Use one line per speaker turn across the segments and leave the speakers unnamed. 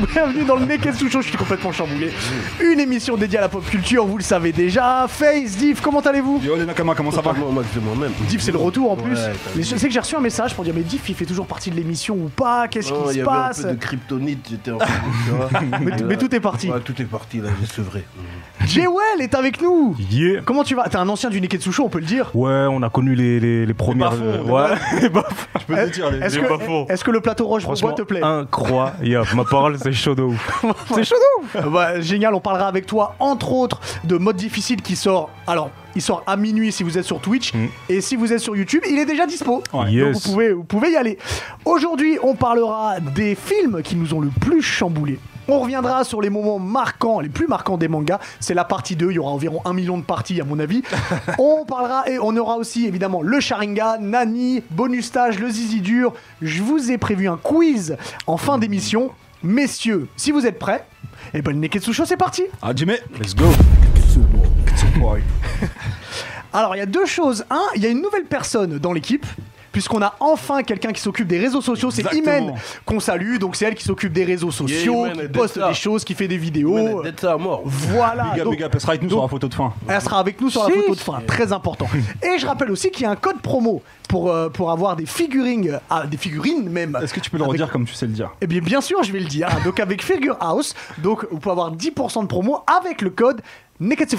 ou bienvenue dans le Neketsu Show. Je suis complètement chamboulé. Une émission dédiée à la pop culture, vous le savez déjà. Face, Div, comment allez-vous
Yo les Nakama, comment ça va
c'est moi-même.
Div, c'est le retour en plus.
Ouais,
mais je sais que j'ai reçu un message pour dire Mais Div, il fait toujours partie de l'émission ou pas Qu'est-ce
Non,
qui
Oh, il y
se
avait un
passe
peu de kryptonite, j'étais en train de- tu vois.
mais,
Et
mais
là-
tout est parti.
Ouais, tout est parti, là, j'ai sevré.
Jewel est avec nous.
Yeah.
Comment tu vas T'es un ancien du Neketsu Show, on peut le dire.
Ouais, on a connu les, les, les premières.
bas-fonds,
euh,
les
ouais, les bas-fonds. eh,
Je peux te dire, les
Est-ce
j'ai pas faux.
que, est-ce que le plateau roche
Franchement,
bois te plaît
incroyable. Ma parole, c'est chaud de ouf. c'est chaud de ouf.
Bah, génial, on parlera avec toi entre autres de mode difficile qui sort. Alors, il sort à minuit si vous êtes sur Twitch
Mm.
et si vous êtes sur YouTube, il est déjà dispo.
Ouais.
Donc
Yes.
vous pouvez, vous pouvez y aller. Aujourd'hui, on parlera des films qui nous ont le plus chamboulé. On reviendra sur les moments marquants, les plus marquants des mangas. C'est la partie 2, il y aura environ un million de parties à mon avis. on parlera et on aura aussi évidemment le Sharinga, Nani, bonus stage, le zizi dur. Je vous ai prévu un quiz en fin d'émission. Messieurs, si vous êtes prêts, et ben le Neketsu Show c'est parti
Ah Jimmy, let's go
Alors, il y a deux choses. Un, il y a une nouvelle personne dans l'équipe. Puisqu'on a enfin quelqu'un qui s'occupe des réseaux sociaux, c'est
Exactement.
Imen qu'on salue. Donc c'est elle qui s'occupe des réseaux sociaux,
Imen,
qui
elle
poste
est là.
des choses, qui fait des
Mais
vidéos.
d'être ça à mort.
Voilà.
Big up,
donc,
big up, elle sera avec nous sur la photo de fin.
elle sera avec nous sur la
Si.
photo de fin, très important. Et je rappelle aussi qu'il y a un code promo pour, euh, pour avoir des figurines, euh, ah, des figurines même.
Est-ce que tu peux le
Avec-
redire comme tu sais le dire
Eh bien, bien sûr, je vais le dire. hein. Donc, avec Figure House, donc, vous pouvez avoir 10% de promo avec le code Neketsu.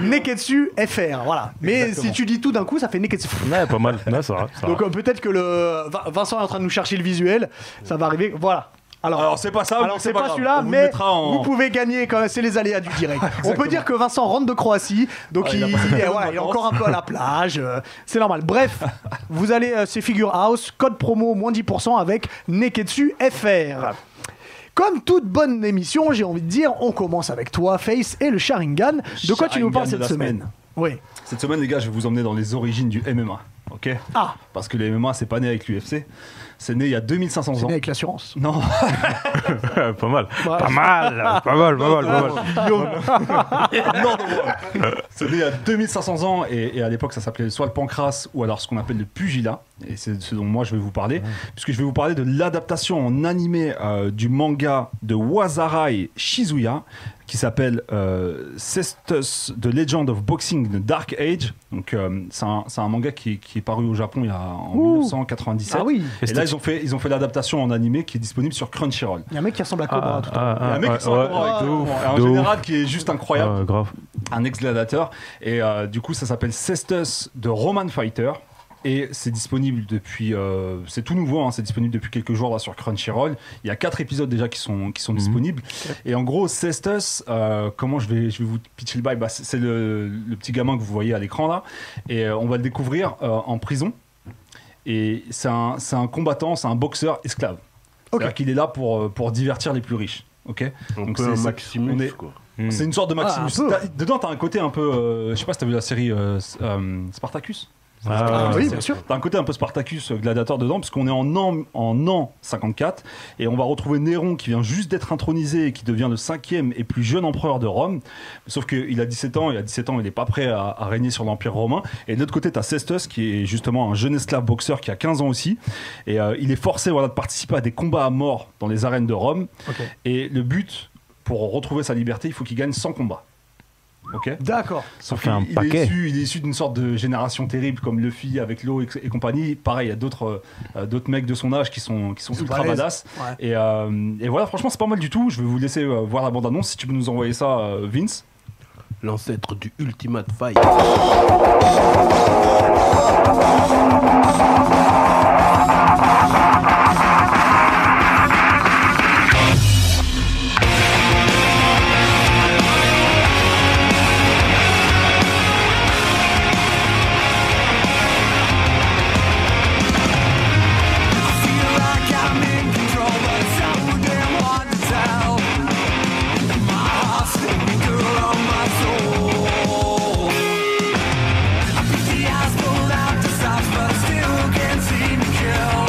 Neketsu FR, voilà. Mais si tu dis tout d'un coup, ça fait Neketsu.
Ouais, pas mal. Ouais, ça va, ça va.
Donc, euh, peut-être que le Vin- Vincent est en train de nous chercher le visuel. Ça va arriver. Voilà. Alors,
Alors Ah, c'est pas ça,
alors,
mais
c'est pas,
grave.
celui-là,
On vous le
mais
mettra en- Ah,
vous pouvez gagner quand même. C'est les aléas du direct. On peut dire que Vincent rentre de Croatie, donc il, il est, voilà, il est encore un peu à la plage. euh, c'est normal. Bref, vous allez euh, chez Figure House, code promo moins 10% avec Neketsu FR. Comme toute bonne émission, j'ai envie de dire, on commence avec toi, Face et le Sharingan. De quoi tu nous parles
Sharingan de
cette
la
semaine,
semaine.
Oui.
Cette semaine, les gars, je vais vous emmener dans les origines du MMA. Ok
Ah,
Parce que le MMA, c'est pas né avec l'UFC. C'est né il y a 2500
c'est
ans.
né avec l'assurance.
Non,
Ouais, pas mal. Pas mal. Pas mal, pas mal, pas mal.
non, non, non. C'est né il y a 2500 ans et, et à l'époque, ça s'appelait soit le pancras ou alors ce qu'on appelle le pugilat. Et c'est de ce dont moi je vais vous parler. Puisque je vais vous parler de l'adaptation en animé euh, du manga de Wazarai Shizuya qui s'appelle euh, Cestus, The Legend of Boxing, The Dark Age. Donc, euh, c'est un, c'est un manga qui, qui est paru au Japon il y a, en
Ouh.
1997.
Ah oui.
Et là, ils ont fait, ils ont fait l'adaptation en animé qui est disponible sur Crunchyroll.
Il y a un mec qui ressemble à
Ah.
Cobra. tout à l'heure.
Il y a un mec qui sort
Ah, ouais,
encore avec
de
nous,
ouf,
un
de ouf.
général qui est juste incroyable,
Ouais, grave.
un ex-gladiateur. Et euh, du coup, ça s'appelle Cestus de Roman Fighter. Et c'est disponible depuis. euh, c'est tout nouveau, hein, c'est disponible depuis quelques jours là, sur Crunchyroll. Il y a quatre épisodes déjà qui sont, qui sont disponibles. Et en gros, Cestus, euh, comment je vais, je vais vous pitcher le bail Bah, C'est c'est le, le petit gamin que vous voyez à l'écran là. Et euh, on va le découvrir euh, en prison. Et c'est un, c'est un combattant, c'est un boxeur esclave.
Ok.
C'est-à-dire qu'il est là pour, euh, pour divertir les plus riches. ok
Un
Donc
peu
c'est-
un
c'est-
Maximus,
on est-
quoi.
Mm.
c'est une sorte de Maximus.
Ah, un peu.
T'as- dedans, t'as un côté un peu. euh, je sais pas si t'as vu la série euh, S- euh, Spartacus.
Ah,
oui, bien sûr.
T'as un côté un peu Spartacus euh, gladiateur dedans, puisqu'on est en an, en an 54, et on va retrouver Néron qui vient juste d'être intronisé et qui devient le cinquième et plus jeune empereur de Rome. Sauf qu'il a 17 ans, et à 17 ans, il n'est pas prêt à, à régner sur l'Empire romain. Et de l'autre côté, t'as Cestus qui est justement un jeune esclave boxeur qui a 15 ans aussi, et euh, il est forcé voilà, de participer à des combats à mort dans les arènes de Rome. Et le but, pour retrouver sa liberté, il faut qu'il gagne 100 combats. Ok
D'accord.
Sauf
fait
qu'il
un
il est
paquet.
issu, il est issu d'une sorte de génération terrible comme Luffy avec l'eau et, et compagnie. Pareil, il y a d'autres euh, d'autres mecs de son âge qui sont, qui sont
sont
ultra
balèzes.
badass.
Ouais.
Et, euh, et voilà, franchement, c'est pas mal du tout. Je vais vous laisser euh, voir la bande-annonce si tu peux nous envoyer ça, euh, Vince.
L'ancêtre du Ultimate Fight.
Still can't see me kill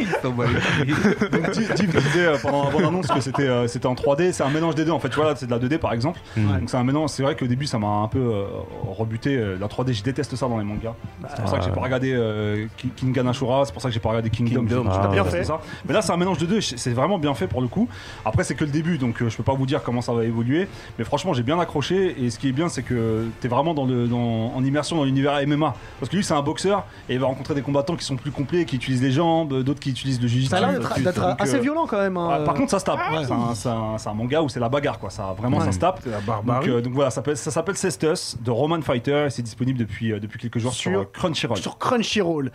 Il s'en bat les couilles.
Donc, Di- Div disait euh, pendant la bande-annonce que c'était euh, c'était en 3D, c'est un mélange des deux en fait, tu vois, là, c'est de la 2D par exemple. Donc c'est un mélange, c'est vrai qu'au début ça m'a un peu euh, rebuté, euh, la 3D, je déteste ça dans les mangas. C'est pour ça que j'ai pas regardé euh, Ki- Kingan Ashura, c'est pour ça que j'ai pas regardé Kingdom.
Kingdom,
j'ai- j'ai
ah,
détesté
ouais.
ça. Mais là c'est un mélange de deux, c'est vraiment bien fait pour le coup. Après c'est que le début, donc euh, je peux pas vous dire comment ça va évoluer, mais franchement j'ai bien accroché et ce qui est bien c'est que t'es vraiment dans le, dans- en immersion dans l'univers MMA. Parce que lui c'est un boxeur et il va rencontrer des combattants qui sont plus complets, qui utilisent les jambes, d'autres qui utilisent le jiu
Ça a l'air d'être- d'être assez violent quand même. hein.
ah, par contre, ça se tape. C'est un- c'est un, c'est un manga où c'est la bagarre, quoi. Ça, vraiment, ça se tape.
la
Donc,
barbarie.
euh, donc voilà, ça s'appelle- ça s'appelle Cestus de Roman Fighter et c'est disponible depuis, euh, depuis quelques jours sur,
Sur-
euh, Crunchyroll.
sur Crunchyroll.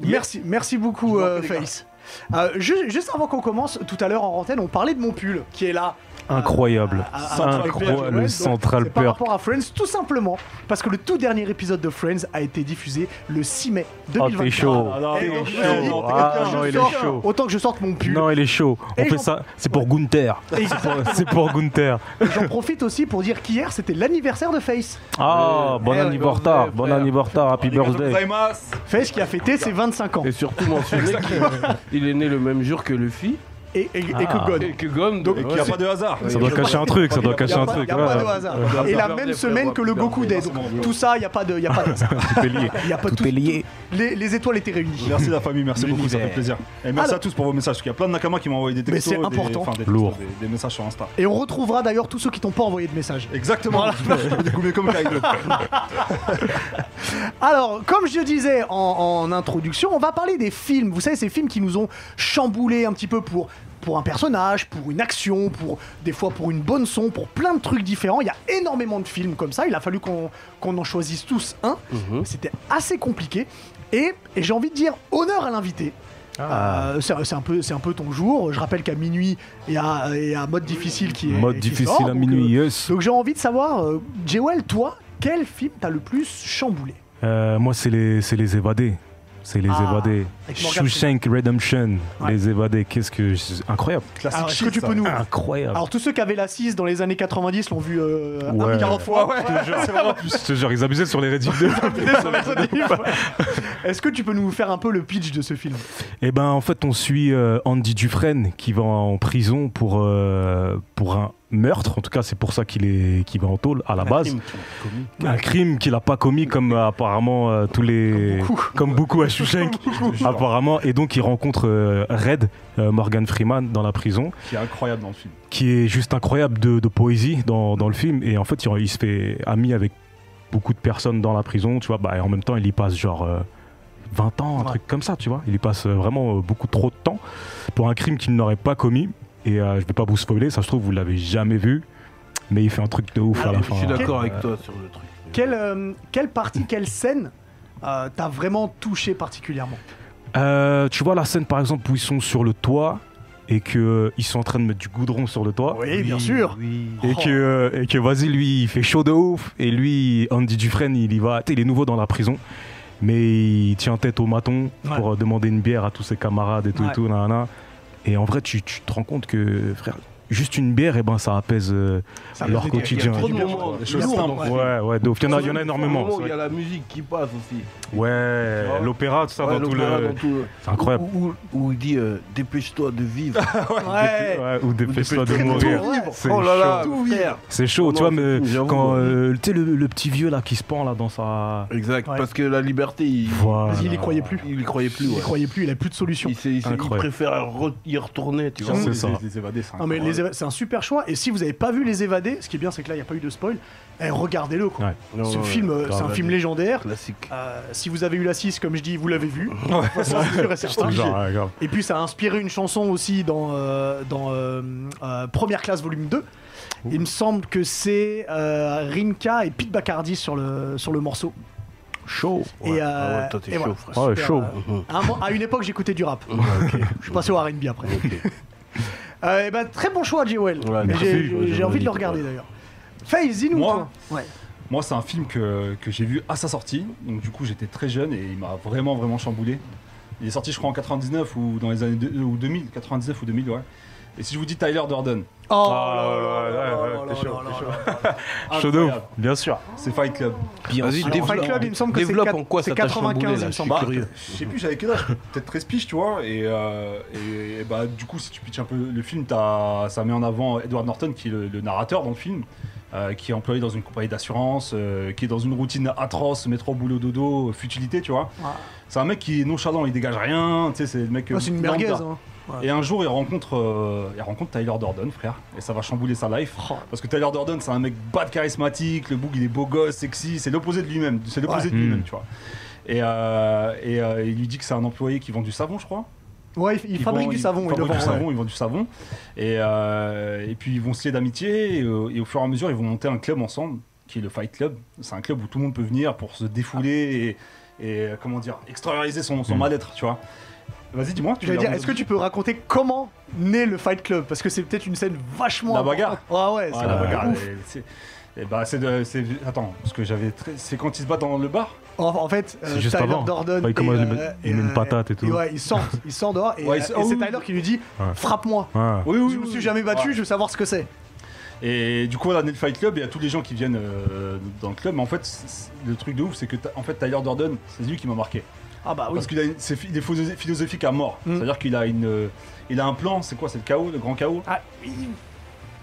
Merci, merci beaucoup,
Je vous en
euh,
prie, les gars.
Face. Euh, ju- juste avant qu'on commence, tout à l'heure en antenne, on parlait de mon pull qui est là.
Incroyable.
à- à-
Central Perk,
Ah, Incroyable.
ouais,
Le
donc,
Central
c'est Par
Perk.
rapport à Friends, tout simplement parce que le tout dernier épisode de Friends a été diffusé le 6 mai
Oh,
2023.
t'es chaud.
Ah, non,
Et
t'es
donc,
chaud.
je me dis,
non, t'es
Ah,
quelqu'un,
non,
je
il est
sors,
chaud.
Autant que je sorte mon pull.
Non, il est chaud.
Et
On
j'en-
fait ça. C'est pour Gunther.
Et
C'est pour Gunther.
j'en profite aussi pour dire qu'hier c'était l'anniversaire de Face.
Ah, bon
Eh ouais,
anniversaire.
ouais,
Bon
frère.
anniversaire. Happy birthday.
Face qui a fêté ses 25 ans.
Et surtout mentionner qu'il est né le même jour que Luffy
Et, et- et que
Ah.
God.
et que Gomme.
Donc,
Et
ouais,
qu'il n'y a
c'est-
pas de hasard.
Ouais.
Ça doit cacher un truc. Ça doit
Il n'y
cacher
a,
un
pas-
truc. Euh,
y a pas de
ouais.
hasard. Et la
Hasard,
même
frère,
semaine
frère,
que le
frère,
Goku Day.
frère,
Donc,
frère.
Tout ça, il n'y a pas de, y a pas de hasard.
Tout est lié.
Y a pas
Tout est lié.
les, les étoiles et tes réunies.
Merci la famille, merci beaucoup, ça fait plaisir. Et merci
Alors-
à tous pour vos messages, parce qu'il y a plein de Nakama qui m'ont envoyé des textos,
Mais c'est
des-
important.
enfin, des,
Lourd.
textos, des- des messages sur Insta.
Et on retrouvera d'ailleurs tous ceux qui t'ont pas envoyé de message.
Exactement, je vais découper comme Kaido.
Alors, comme je disais en, en introduction, on va parler des films. Vous savez, ces films qui nous ont chamboulés un petit peu pour pour un personnage, pour une action, pour des fois pour une bonne son, pour plein de trucs différents. Il y a énormément de films comme ça. Il a fallu qu'on qu'on en choisisse tous un.
Mhm.
C'était assez compliqué. Et, et j'ai envie de dire honneur à l'invité.
Ah.
Euh, c'est c'est un peu c'est un peu ton jour. Je rappelle qu'à minuit il y a, il y a mode difficile qui est
Mode
qui
difficile
sort,
à
donc,
minuit.
euh,
yes.
donc j'ai envie de savoir, euh, Jewel, toi, quel film t'as le plus chamboulé
Euh, moi, c'est les, c'est les évadés. C'est les
Ah,
évadés.
avec Morgan
Shawshank Redemption.
Ouais.
Les évadés. Qu'est-ce que. c'est Ah. Incroyable.
Classique
Alors, est-ce
shit,
que tu
Ah, ça.
peux nous...
Incroyable.
Alors tous ceux qui avaient la 6 dans les années 90 l'ont vu euh, un
Ouais.
milliard de fois.
C'est
Ah,
vraiment
Je te jure, ils abusaient sur les Reddit 2.
Est-ce que tu peux nous faire un peu le pitch de ce film
Eh ben, en fait, on suit euh, Andy Dufresne qui va en prison pour, euh, pour un meurtre. En tout cas, c'est pour ça qu'il est qu'il va en tôle à la base. Un crime qu'il n'a pas commis, comme euh, apparemment euh, tous les. Comme beaucoup, à Shushenk, apparemment. Et donc, il rencontre euh, Red, euh, Morgan Freeman, dans la prison,
qui est incroyable dans le film.
qui est juste incroyable de, de poésie dans, dans le film. Et en fait, il, il se fait ami avec beaucoup de personnes dans la prison, tu vois. Bah, et en même temps, il y passe genre. euh, 20 ans, un
Ouais.
truc comme ça, tu vois. Il y passe euh, vraiment euh, beaucoup trop de temps pour un crime qu'il n'aurait pas commis. Et euh, je vais pas vous spoiler, ça se trouve, vous l'avez jamais vu. Mais il fait un truc de ouf à la
Ah, Je
fin.
suis d'accord avec toi sur le truc.
quelle, euh, quelle partie, quelle scène euh, t'as vraiment touché particulièrement
Euh, tu vois la scène, par exemple, où ils sont sur le toit et que euh, ils sont en train de mettre du goudron sur le toit.
Oui, bien sûr
Et que, euh, et que vas-y, lui, il fait chaud de ouf. Et lui, Andy Dufresne, il y va. Tu sais, il est nouveau dans la prison. Mais il tient tête au maton
Ouais.
pour euh, demander une bière à tous ses camarades et tout
Ouais.
et tout. nanana. Et en vrai, tu, tu te rends compte que, frère, juste une bière, et ben, ça apaise euh,
Ça
leur
apaise-
Il y a
quotidien.
trop de
Bien,
moments.
des choses
lourds
simples.
dans ce film.
Ouais, ouais, de ouf. Il y en a, il y en a énormément.
Il y a la musique qui passe aussi.
c'est vrai. Ouais, l'opéra, tout ça,
Ouais,
dans tout
l'opéra,
le.
dans tout le-
C'est incroyable.
euh, Où, où- où il dit euh, dépêche-toi de vivre.
Ouais.
Ouais, ou des festas de
Très, très
mourir.
bon livre.
C'est
oh là là,
chaud.
frère.
C'est chaud,
Oh
tu
non,
vois, mais
c'est fou, j'avoue,
quand
ouais.
euh, tu sais, le, le petit vieux là qui se pend là dans
Ah,
sa.
Exact,
Ouais.
parce que la liberté, il,
Voilà.
Vas-y, il y croyait plus.
il y croyait plus.
Il y
ouais.
croyait plus, il a plus de solution.
Il, s'est- il s'est- il
Incroyable.
préfère re- y retourner, tu vois.
Genre,
C'est
les-
ça.
Les, les évadés, c'est
Non mais
incroyable.
les éva- c'est un super choix et si vous n'avez pas vu Les Évadés, ce qui est bien c'est que là il n'y a pas eu de spoil, eh, regardez-le quoi.
Ouais.
Non,
Ce
ouais,
film, euh, c'est un
grave.
film légendaire.
classique.
Euh, si vous avez eu la 6 comme je dis, vous l'avez vu. Ça, c'est sûr et certain.
Genre, ouais, grave.
Et puis ça a inspiré une chanson aussi dans, euh, dans euh, euh, Première Classe Volume 2. Il me semble que c'est euh, Rinka et Pete Bacardi sur le, sur le morceau.
Chaud.
Et,
Ouais.
euh,
Ah ouais, toi, t'es
et
chaud,
voilà.
frère.
Ouais,
Super,
chaud.
euh, à, un moment- à une époque, j'écoutais du rap. Je suis passé au RB après.
Ok.
Euh, et ben, très bon choix, Jewel.
Ouais,
Mais
merci,
J'ai
ouais,
j'ai
j'aurais
envie de
dit,
le
ouais.
regarder d'ailleurs. Faye, dis-nous.
Moi
toi. Ouais.
Moi, c'est un film que, que j'ai vu à sa sortie. Donc, du coup, j'étais très jeune et il m'a vraiment, vraiment chamboulé. Il est sorti, je crois, en 99 ou dans les années deux- ou 2000, 99 ou 2000, ouais. Et si je vous dis Tyler Durden
Oh
Ah,
là là
ouais,
là
ouais,
là
ouais,
là
t'es chaud,
là
t'es
là là.
Chaud de ouf,
Incroyable.
bien sûr.
C'est Fight Club.
Vas-y,
Alors, Fight Club, il me semble que c'est
développe
quatre-
en quoi
c'est
ça t'a
95,
chamboulé,
il
là,
me
je suis
semble.
curieux.
Bah, Je sais plus, j'avais quel âge Peut-être 13 piges, tu vois. Et, euh, et, et bah, du coup, si tu pitches un peu le film, t'as- ça met en avant Edward Norton, qui est le, le narrateur dans le film, euh, qui est employé dans une compagnie d'assurance, euh, qui est dans une routine atroce, métro, boulot, dodo, futilité, tu vois.
Ouais.
C'est un mec qui est nonchalant, il dégage rien, tu sais, c'est le mec.
Ouais,
euh,
Ah. C'est une
lambda.
merguez. hein.
Et un jour, il rencontre, euh, il rencontre Tyler Durden, frère, et ça va chambouler sa life.
Oh.
Parce que Tyler Durden, c'est un mec bad charismatique, le boug, il est beau gosse, sexy, c'est l'opposé de lui-même, c'est l'opposé
Ouais.
de lui-même,
Mm.
tu vois. Et, euh, et euh, il lui dit que c'est un employé qui vend du savon, je crois.
Ouais, il- il,
Ils
fabrique
vont-
du
ils
savon. Il le
fabriquent
vend.
du savon, ils vendent du savon. Et, euh, et puis ils vont se lier d'amitié. Et, euh, et au fur et à mesure, ils vont monter un club ensemble, qui est le Fight Club. C'est un club où tout le monde peut venir pour se défouler et, et, euh, comment dire, extérioriser son, son
Mm.
mal-être, tu vois. Vas-y, dis-moi. tu
J'allais
l'as
dire,
entendu.
est-ce que tu peux raconter comment naît le Fight Club Parce que c'est peut-être une scène vachement.
La
importante.
bagarre.
Ah ouais, c'est
Ouais,
la
la bagarre,
bagarre. Ouf.
elle- c'est- eh bah, c'est de- c'est- attends, parce que j'avais très- c'est quand ils se battent dans le bar.
En, en fait, euh,
juste
Tyler
avant.
Durden.
Bah, il commence, il met-
euh,
il met une
euh,
patate et tout.
ouais, il sort, il sort dehors et,
Ouais,
euh,
il se-
et
oh,
c'est
oui.
Tyler qui lui dit
Ouais.
frappe-moi.
Ouais.
Oui,
Je me suis jamais battu, je veux savoir ce que c'est.
Et du coup, on a né le Fight Club et il y a tous les gens qui viennent euh, dans le club. Mais en fait, c'est- c'est- le truc de ouf, c'est que t'as- en fait, Tyler Durden, c'est lui qui m'a marqué.
Ah bah oui.
Parce qu'il a une- c'est fi- il est philo- philosophique à mort.
Mm.
C'est-à-dire qu'il a une, euh, il a un plan. C'est quoi C'est le chaos, le grand chaos.
Ah, il-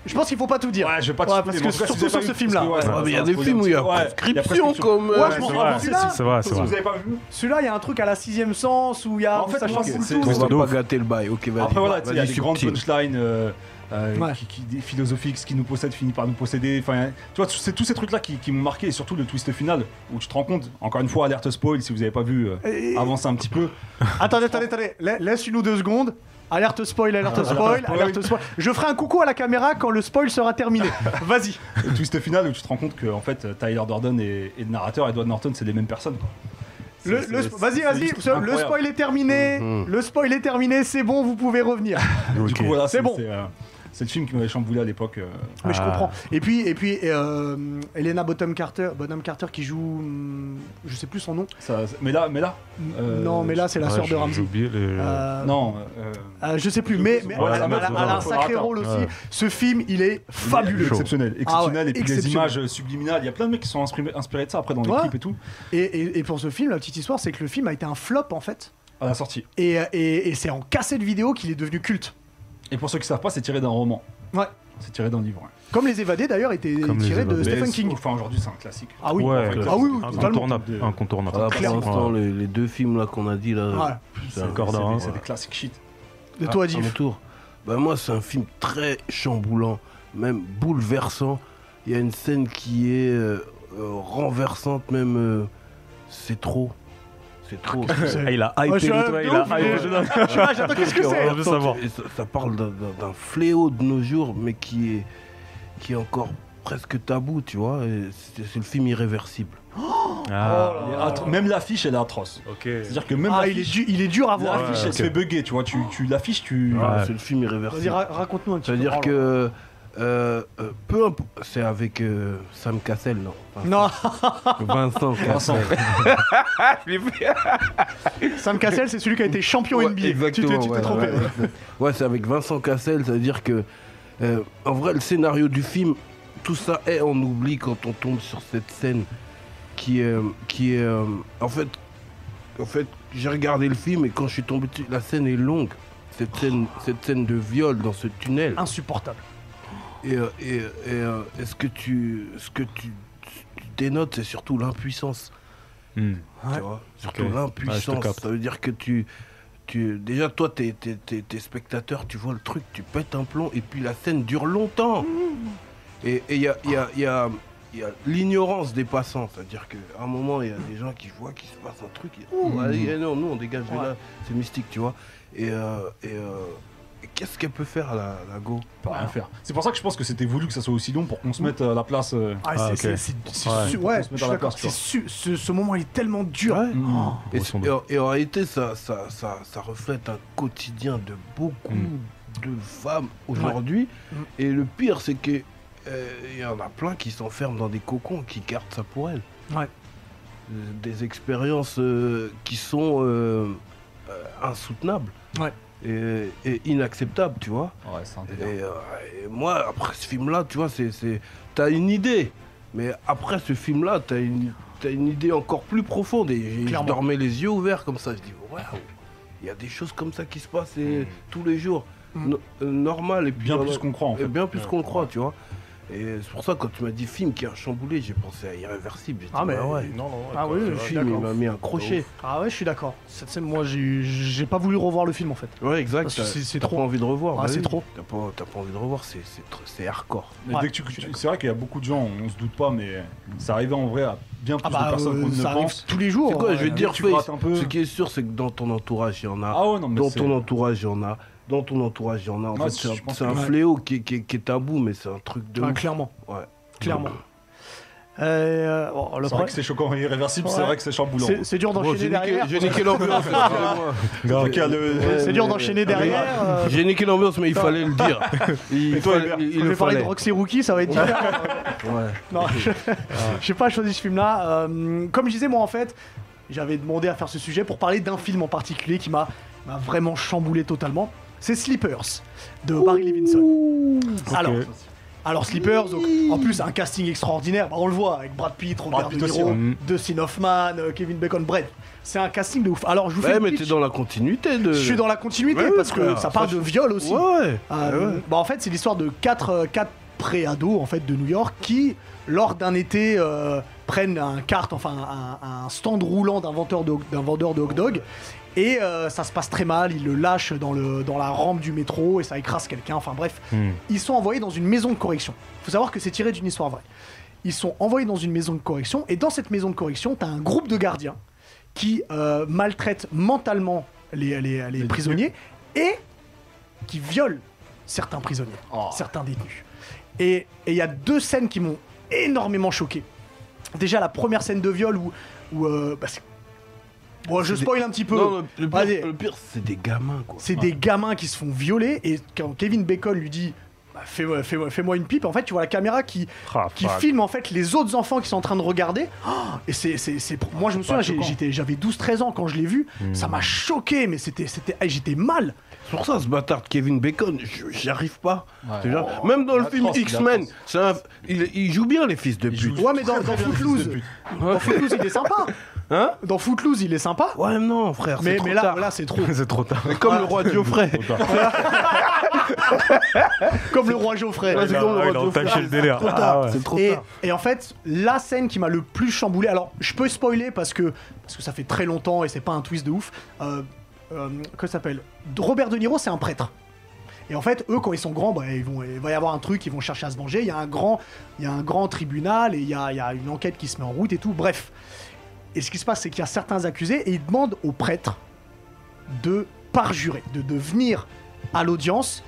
je pense qu'il faut pas tout dire.
Ouais, je vais pas te
Ouais,
spoiler,
parce
mais
que
en tout cas, si
surtout
vous avez
sur
pas
ce
vu-
film-là.
parce que,
Ouais, mais il y a
ça
des
spoil un
films où il y a
petit peu. Ouais,
prescription comme. euh,
Ouais,
Ouais,
je
c'est
m'en
vrai,
rappelle.
c'est-
Celui-là,
C'est vrai,
Si
c'est
vous
vrai.
avez pas vu
Celui-là, il y a un truc à la sixième sens où il y a
En
où
fait,
ça
moi,
chamboule
c'est-
tout.
On
c'est-
va pas gâter le bail, ok, vas-y.
Après voilà, tu sais, il y a
vas-y,
des grandes
subtil.
punchlines euh, euh,
Ouais.
qui, qui- des philosophiques, ce qui nous possède finit par nous posséder. Enfin, tu vois, c'est tous ces trucs-là qui, qui m'ont marqué, et surtout le twist final, où tu te rends compte, encore une fois, alerte spoil, si vous n'avez pas vu, euh,
Et-
avancez un petit peu.
Attendez, attendez, attendez. La- Laisse une ou deux secondes. Alerte spoil, alerte spoil,
Ah, spoil.
alerte spoil. Je ferai un coucou à la caméra quand le spoil sera terminé. Vas-y.
Le twist final, où tu te rends compte que, en fait, Tyler Durden et, et le narrateur, Edward Norton, c'est les mêmes personnes. quoi. C'est-
Le-
c'est-
le-
c'est-
Vas-y,
c'est
vas-y.
juste
Le
incroyable.
spoil est terminé.
Mm-hmm.
Le spoil est terminé. C'est bon, vous pouvez revenir.
Du coup, voilà,
C'est
c'est
bon.
bon. C'est euh, c'est le film qui m'avait chamboulé à l'époque. euh,
Mais je
Ah.
comprends. Et puis, et puis, euh, Elena Bottom Carter, Bonham Carter qui joue, hum, je sais plus son nom.
ça- mais là, mais là, Euh,
non, mais là, c'est la
Ouais,
sœur de
j'ai- J'ai
Ramsey.
oublié le.
Euh,
non. euh,
euh, je sais plus,
Je-
mais,
je-
mais
ouais,
elle,
la
elle
meuf,
a-
le
elle a un
narrateur.
sacré rôle aussi.
Ouais.
Ce film, il est fabuleux. Ah
Exceptionnel, exceptionnel. et puis les
exceptionnel.
images euh, subliminales, il y a plein de mecs qui sont inspirés, inspirés de ça après dans les
Ouais.
clips et tout.
Et, et- et pour ce film, la petite histoire, c'est que le film a été un flop en fait.
À la sortie.
Et, et- et c'est en cassette vidéo qu'il est devenu culte.
Et pour ceux qui savent pas, c'est tiré d'un roman.
Ouais.
C'est tiré d'un livre. ouais.
Comme Les Évadés d'ailleurs était
Comme Les
tiré de
Évadés.
Stephen
Mais
King.
Enfin, aujourd'hui, c'est un classique.
Ah oui.
ouais,
enfin,
ah oui, oui, totalement.
incontournable. incontournable.
Voilà, pour
Clairement.
l'instant, les, les deux films là qu'on a dit
Ouais.
là, c'est un,
encore
C'est
d'un,
des-
ouais.
C'est des classiques shit.
De toi,
à mon
Diff.
tour. Bah, moi, c'est un film très chamboulant, même bouleversant. Il y a une scène qui est euh, euh, renversante, même. euh, c'est trop. C'est trop.
Ah, il a hypé
Ouais, je suis un
le truc,
Euh, de
il a
ouf, Ah,
hypé
mais-
le truc.
Je suis là, J'attends, qu'est-ce que
Ok,
c'est
on veut savoir.
Et ça, ça parle d'un- d'un d'un fléau de nos jours, mais qui est, qui est encore presque tabou, tu vois. Et C'est c'est le film irréversible.
Oh
Ah,
Et atro- Même l'affiche, elle est atroce.
ok.
C'est-à-dire que même
Ah, il est,
l'affiche,
du- il est dur à voir.
l'affiche, elle
ok.
se fait bugger. Tu vois, tu, tu l'affiches, tu.
Ouais.
C'est le film
Vas-y,
irréversible.
ra- raconte-nous un petit
Ça
peu. Oh
veut dire que. euh, euh, peu importe. C'est avec euh, Sam Cassel, non Enfin,
Non,
Vincent
Vincent.
Cassel.
Sam Cassel, c'est celui qui a été champion
Ouais,
NBA. Tu t'es-
exactement,
tu t'es
ouais,
trompé.
ouais, ouais. Ouais, c'est avec Vincent Cassel, c'est-à-dire que. euh, en vrai, le scénario du film, tout ça est en oubli quand on tombe sur cette scène qui est. Qui est euh, en fait, en fait j'ai regardé le film et quand je suis tombé dessus, la scène est longue. Cette scène, cette scène de viol dans ce tunnel.
Insupportable.
Et, euh, et, euh, et, euh, et ce que tu, ce que tu, tu dénotes, c'est surtout l'impuissance.
Hmm.
Ouais.
Tu vois Surtout
Ouais, je te
l'impuissance.
capte.
ça veut dire que tu. tu déjà, toi, t'es t'es- t'es- t'es spectateur, tu vois le truc, tu pètes un plomb, et puis la scène dure longtemps. Et il y a, y a- y a- y a l'ignorance des passants. C'est-à-dire qu'à un moment, il y a des gens qui voient qu'il se passe un truc. Et, Ouh, allez,
Hmm.
eh non, nous, on dégage de là. C'est mystique, tu vois. Et, euh, et, euh, et qu'est-ce qu'elle peut faire, la, la Go
Pas rien faire. C'est pour ça que je pense que c'était voulu que ça soit aussi long pour qu'on se mette à la place. euh,
Ah,
Ah,
c'est-
ok.
c'est- c'est- c'est
Ouais.
su- Ouais,
On se met
je
dans
suis
la
d'accord.
place,
C'est
quoi.
su- Ce ce moment est tellement dur.
Ouais.
Ah.
mm.
Et,
Ouais, sans doute.
et en- et en réalité, ça, ça, ça, ça reflète un quotidien de beaucoup
Mm.
de femmes aujourd'hui.
Mm.
Et le pire, c'est que euh, il y en a plein qui s'enferment dans des cocons, qui gardent ça pour elles.
Ouais.
Des expériences euh, qui sont euh, euh, insoutenables.
Ouais.
et, et inacceptable, tu vois.
Ouais, c'est un
Et,
délire.
euh, et moi, après ce film-là, tu vois, c'est, c'est, t'as une idée. Mais après ce film-là, t'as une, t'as une idée encore plus profonde. Et j'ai- je
Clairement.
dormais les yeux ouverts comme ça. Je dis, waouh, il y a des choses comme ça qui se passent et
Hmm.
tous les jours.
Mm.
No- euh, normal et puis,
Bien
euh,
plus qu'on croit en
et
fait.
bien plus qu'on le croit, tu vois. Et c'est pour ça, quand tu m'as dit film qui a chamboulé, j'ai pensé à Irréversible. J'ai dit,
Ah, mais-
bah ouais,
Non, non,
Ah oui,
ouais,
le
ouais,
le film, il
d'accord.
m'a mis un crochet.
Ah ouais, je suis d'accord. Cette scène, moi, j'ai j'ai pas voulu revoir le film en fait.
Ouais, exact.
Parce que
t'as-
c'est- c'est
t'as
trop.
pas envie de revoir.
Ah,
bah
c'est
oui.
trop.
T'as pas, t'as pas envie de revoir, c'est, c'est, tr- c'est hardcore.
Mais
Ouais,
dès que tu- tu- c'est vrai qu'il y a beaucoup de gens, on se doute pas, mais ça arrivait en vrai à bien plus
Ah bah,
de personnes
euh,
qu'on ne
ça arrive
pense.
tous les jours.
C'est quoi, je vais
euh,
te dire,
tu
Face,
grattes un peu.
ce qui est sûr, c'est que dans ton entourage, il y en a.
Ah ouais, non, mais
dans
c'est-
ton entourage, il y en a. Dans ton entourage, il y en a. En
Ouais,
fait,
c'est-
c'est un,
je pense
c'est
que-
un
ouais.
fléau qui, qui- qui est tabou, mais c'est un truc de.
ah,
ouf.
clairement,
Ouais.
clairement. Euh, bon, le
C'est vrai que
problème,
c'est choquant et irréversible, c'est
Ouais.
vrai que c'est chamboulant. Ah,
c'est c'est dur
Bon,
d'enchaîner
j'ai niqué,
derrière.
j'ai niqué l'ambiance. excusez-moi.
Donc, il y a le-
Ouais,
C'est dur
mais-
d'enchaîner derrière. euh,
J'ai niqué l'ambiance, mais il fallait le dire. Il,
Et toi,
fallait-
Hubert,
il- il
Quand je
le
vais parler
fallait.
de Roxy Rookie, ça va être différent.
Ouais.
Non,
Ah.
je n'ai pas choisi ce film-là. Euh, comme je disais, moi, en fait, j'avais demandé à faire ce sujet pour parler d'un film en particulier qui m'a m'a vraiment chamboulé totalement. C'est Sleepers de Barry Levinson. Alors, alors Sleepers, donc, en plus, un casting extraordinaire. Bah, on le voit avec Brad Pitt, Robert
Brad
De
Pitt aussi,
Niro,
ouais.
Dustin Hoffman, euh, Kevin Bacon. Bref, c'est un casting de ouf. Alors, je vous fais
Ouais,
le
mais
pitch.
t'es dans la continuité de.
Je suis dans la continuité
Ouais, ouais,
parce que
frère,
ça parle
ça,
de viol aussi.
Ah Ouais.
Euh,
ouais.
bah, en fait, c'est l'histoire de quatre, euh, quatre pré-ados en fait, de New York qui, lors d'un été, euh, prennent un carte, enfin un, un stand roulant d'un vendeur de, d'un vendeur de hot dog. Et euh, ça se passe très mal, ils le lâchent dans, le, dans la rampe du métro et ça écrase quelqu'un. Enfin bref,
Hmm.
ils sont envoyés dans une maison de correction. faut savoir que c'est tiré d'une histoire vraie. Ils sont envoyés dans une maison de correction et dans cette maison de correction, t'as un groupe de gardiens qui euh, maltraitent mentalement les, les- les prisonniers et qui violent certains prisonniers, certains détenus. Et et il y a deux scènes qui m'ont énormément choqué. Déjà la première scène de viol où... où euh, bah, c'est- bon, je spoil un petit peu.
Non, le- le
Vas-y.
pire- le pire, c'est des gamins, quoi.
C'est des gamins qui se font violer et quand Kevin Bacon lui dit bah, fais-moi fais-moi- fais-moi une pipe, en fait tu vois la caméra qui,
Ah,
qui
fuck.
filme en fait les autres enfants qui sont en train de regarder. Oh, et c'est c'est- c'est- moi je me souviens j'ai-
choquant.
j'étais- j'avais 12-13 ans quand je l'ai vu, ça m'a choqué mais c'était c'était ah, j'étais mal.
C'est pour ça, ce bâtard de Kevin Bacon, je- j'y arrive pas.
Ouais.
C'est
Oh,
genre- même dans le
Il
film
atroce, il
X-Men,
atroce.
c'est un- il, il joue bien les fils de
Il joue
pute.
Ouais mais dans,
très,
dans
très bien, fils
Footloose,
de pute.
dans Footloose il est sympa.
Hein
Dans Footloose il est sympa.
Ouais, non, frère, c'est
Mais,
trop
mais là,
tard.
là c'est trop.
C'est trop tard.
C'est comme le roi Geoffrey.
Comme le roi Geoffrey.
Ouais,
Il
comme le
a-
roi
Ah, il a
Geoffrey.
entaché le délire.
Trop tard.
Ah ouais.
C'est trop
et,
tard.
et en fait, la scène qui m'a le plus chamboulé, alors je peux spoiler parce que, parce que ça fait très longtemps et c'est pas un twist de ouf. Euh, euh, que ça s'appelle Robert De Niro, c'est un prêtre. Et en fait, eux, quand ils sont grands, bah, ils vont, il va y avoir un truc, ils vont chercher à se venger. Il y a un grand, il y a un grand tribunal et il y a, il y a une enquête qui se met en route et tout. Bref. Et ce qui se passe, c'est qu'il y a certains accusés et ils demandent aux prêtres de parjurer, de, de venir à l'audience,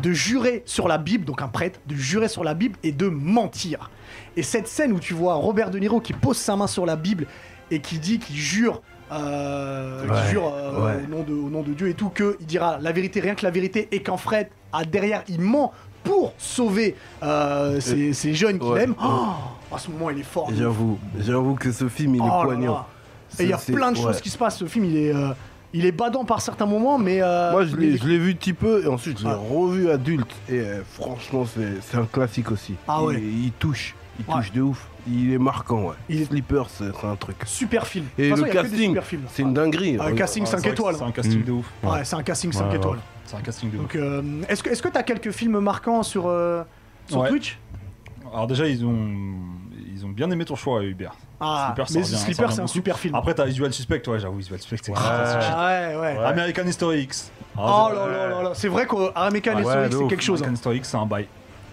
de jurer sur la Bible, donc un prêtre, de jurer sur la Bible et de mentir. Et cette scène où tu vois Robert De Niro qui pose sa main sur la Bible et qui dit qu'il jure, euh, qu'il
Ouais,
jure euh,
ouais.
au, nom de, au nom de Dieu et tout, qu'il dira la vérité, rien que la vérité, et qu'en fait, à derrière, il ment pour sauver euh, ces, ces jeunes qu'il
ouais.
aime. Oh, à ce moment, il est fort. de
J'avoue, j'avoue que ce film, il est
Oh là
poignant.
là. Et il y a
C'est-
plein de
ouais.
choses qui se passent. Ce film, il est, euh, il est badant par certains moments, mais. euh,
Moi, je
mais-
l'ai je l'ai vu petit peu et ensuite je l'ai
Ah.
revu adulte. Et euh, franchement, c'est c'est un classique aussi.
Ah ouais.
Il, il touche, il
Ouais.
touche de ouf. Il est marquant, ouais.
Il est-
Sleeper, c'est c'est un truc.
Super film. De
Et
toute façon,
le
il y a que des
casting,
super films.
c'est une dinguerie.
Ah, le casting
Ouais, c'est
5
vrai que
étoiles.
C'est un casting de ouf.
Ouais, c'est un casting 5
Ouais,
étoiles.
C'est un casting de ouf.
Donc, euh, est-ce que, est-ce que t'as quelques films marquants sur, euh, sur
Ouais.
Twitch
Alors déjà, ils ont, ils ont bien aimé ton choix, Hubert.
Ah,
Sleeper, ça
mais
revient- ça
Sleeper,
revient
c'est un
beaucoup.
super film.
Après, t'as Visual Suspect, ouais, j'avoue, Visual Suspect, c'est
Ah,
extraordinaire.
ouais, ouais.
American History X.
Oh
Ah,
là là là là, c'est vrai qu'American
Ouais,
History,
de
c'est
ouf.
quelque chose. hein.
American History X, c'est un bail.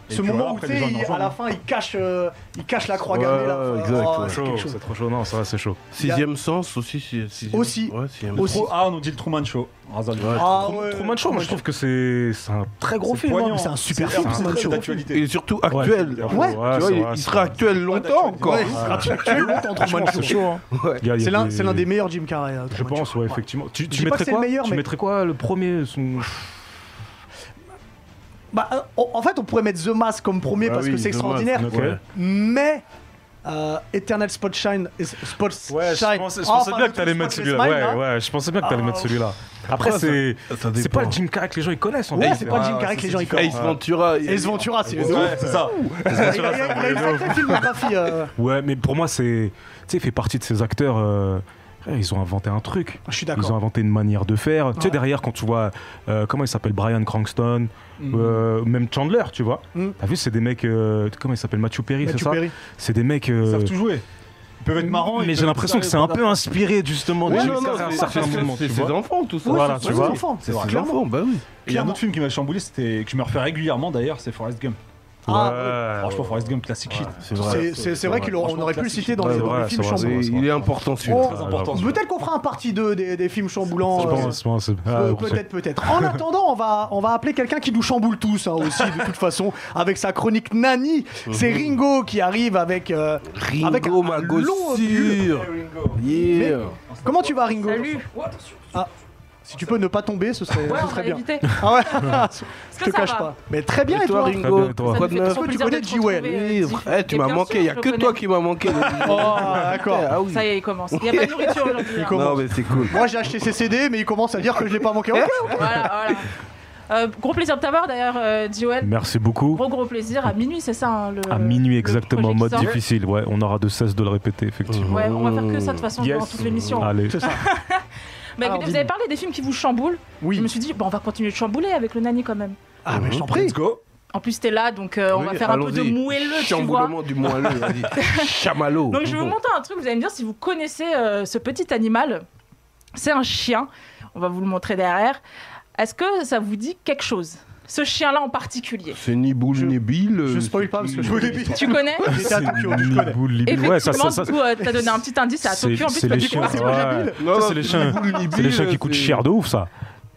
Et
Ce
puis voilà,
moment où
après,
tu
les
sais,
gens en
il-
jouent,
à la
hein.
fin, il cache, euh, il cache la croix
Ouais,
gammée.
ouais,
là.
ouais,
Oh,
exact, ouais.
c'est
Chaud,
quelque chose.
C'est trop chaud, non, ça va, c'est chaud.
Sixième sens aussi. si- sixième-
Aussi.
Ouais, sixième
Aussi.
sens.
Ah, on nous dit le Truman Show. Ah, ça,
Ouais.
Ah,
Trop
ouais.
trop mal chaud, moi je trouve que c'est c'est un
Très gros
c'est
film,
poignant.
hein, mais c'est un super
C'est
film.
un
Truman
film
Show.
d'actualité.
Et surtout actuel.
Ouais,
Tu
Ouais,
vois,
c'est
il-
vrai,
il
c'est
sera
vrai.
actuel longtemps
d'actualité.
encore.
Ouais, actuel longtemps Truman Show.
Il y a- il y a
C'est hein. l'un
des-
c'est l'un des meilleurs Jim Carrey. euh,
Je
Truman
pense,
Show.
ouais, effectivement. Tu, tu
dis pas que
mettrais
c'est le
quoi
meilleur,
Tu
mais-
mettrais quoi le premier son...
Bah, euh, en en fait, on pourrait mettre The Mask comme premier
Ah
Bah
parce que
oui,
c'est
The
extraordinaire.
Mask,
Ok.
ouais.
Mais euh, Eternal Spot Shine. Spot
Ouais, je,
Shine-
pensais, je
Ah,
pensais
enfin,
bien
le
que t'allais
truc
mettre
Spotless
celui-là.
Mind,
Ouais,
là.
ouais, je pensais bien que t'allais
hein. Ah,
mettre celui-là. Après,
Ouais,
c'est
ça- ça
c'est pas
dépend.
le Jim Carrey que les gens ils connaissent. En
Ouais,
vrai.
c'est pas le Jim Carrey que les gens ils
Et
connaissent.
Ventura. il-
Et ce Ventura, c'est les
Ouais,
autres.
c'est ça.
euh,
Il a il a une sacrée filmographie. euh.
Ouais, mais pour moi, c'est. Tu sais, il fait partie de ces acteurs. euh, frère, Ils ont inventé un
Ah,
truc.
Je suis
Ils ont
d'accord.
inventé une manière de faire. Tu
Ouais.
sais, derrière, quand tu vois, euh, comment il s'appelle, Brian Cranston, euh, même Chandler, tu vois.
Mm.
T'as vu, c'est des mecs, euh, comment il s'appelle, Matthew Perry, c'est
Matthew
ça
Perry.
C'est des mecs. euh,
Ils savent tout jouer. Ils peuvent être marrants. ils
Mm. mais j'ai
peuvent
l'impression que
être
c'est un
très-
peu inspiré justement de
Ouais,
Jim
non, non,
Carrey à un
c'est-
certain
parce que
moment,
c'est
tu
ses
vois.
enfants, tout ça.
Voilà,
c'est
tu
ses
vois.
enfants,
C'est ses
clairement.
enfants, bah oui.
Et Il y a un autre film qui m'a chamboulé, c'était que je me refais régulièrement d'ailleurs, c'est Forrest Gump.
Ah,
Franchement, Forrest Gump, classique shit.
C'est
C'est- C'est c'est vrai qu'on
Franchement,
aurait pu le
classique.
citer dans les
Ouais,
dans les
ouais,
films
c'est vrai,
chamboulés.
c'est
Il il est important celui-là.
Oh,
Très important.
Peut-être qu'on fera un partie 2 des, des films chamboulants.
Je
euh,
pense, je pense. Ah,
euh,
on sait.
peut-être, peut-être. En attendant, on va, on va appeler quelqu'un qui nous chamboule tous hein, aussi, de toute façon, avec sa chronique Nani. C'est Ringo qui arrive avec, euh,
Ringo,
avec un,
ma
un long pull.
gossure. Yeah.
Comment tu vas, Ringo Ah,
Salut.
Si tu peux ne pas tomber, ce serait,
Ouais,
ce
on
serait
va
bien.
éviter.
Ah ouais
Est-ce
Je
que
te
ça
cache
va
pas. Mais très bien,
Et toi,
Très
Ringo,
bien, et toi
quoi de
Ça nous fait
neuf
trop
Toi, tu
plaisir
connais
de te
Jewel.
retrouver, euh,
Livre.
Diff.
Eh, tu
Mais
m'as
bien
manqué,
sûr,
il n'y a
je
que
le
toi
connais.
qui m'as manqué.
Oh, d'accord.
Ah oui.
Ça y est, il commence. Il n'y a pas de nourriture aujourd'hui. hein.
commence.
Non, mais c'est cool.
Moi, j'ai acheté ses CD, mais il commence à dire que je l'ai pas manqué.
Eh,
Ok,
Voilà, voilà. Euh, gros plaisir de t'avoir d'ailleurs, euh, Jewel.
Merci beaucoup.
Gros gros plaisir. À minuit, c'est ça hein, le,
À minuit
le
exactement, en
projet qui
mode
sort.
difficile. Ouais, on aura de cesse de le répéter, effectivement.
Ouais, on va faire que ça de toute façon
Yes. Ah.
pendant toute l'émission.
Allez.
C'est ça.
Mais
Alors,
vous
dis-nous.
avez parlé des films qui vous chamboulent. Je me
Oui.
suis dit, bon, on va continuer de chambouler avec le nani quand même.
Ah, mais je t'en prie.
Let's go.
En plus, t'es là, donc euh, on va
Oui,
faire un peu de
allons-y.
moelleux, tu vois.
Chamboulement du moelleux, vas-y. Chamallow.
Donc je vais vous montrer un truc, vous allez me dire si vous connaissez euh, ce petit animal. C'est un chien, on va vous le montrer derrière. Est-ce que ça vous dit quelque chose Ce chien-là en particulier.
C'est ni boule
Je-
ni bille.
Je
euh,
spoil pas parce que je
Oui,
connais.
Tu connais
J'étais à Tokyo, je connais.
Libou, libou. Ouais, ça,
Effectivement,
ça, ça.
du coup, euh, t'as donné un petit indice à
C'est
Tokyo. En plus,
c'est
t'as
les
dit
chiens.
parti
au
ouais.
Japon.
Non,
Ça,
non,
c'est les
ni
chiens.
boule ni
C'est les
bille,
chiens qui
euh, c'est-
coûtent cher de ouf, ça.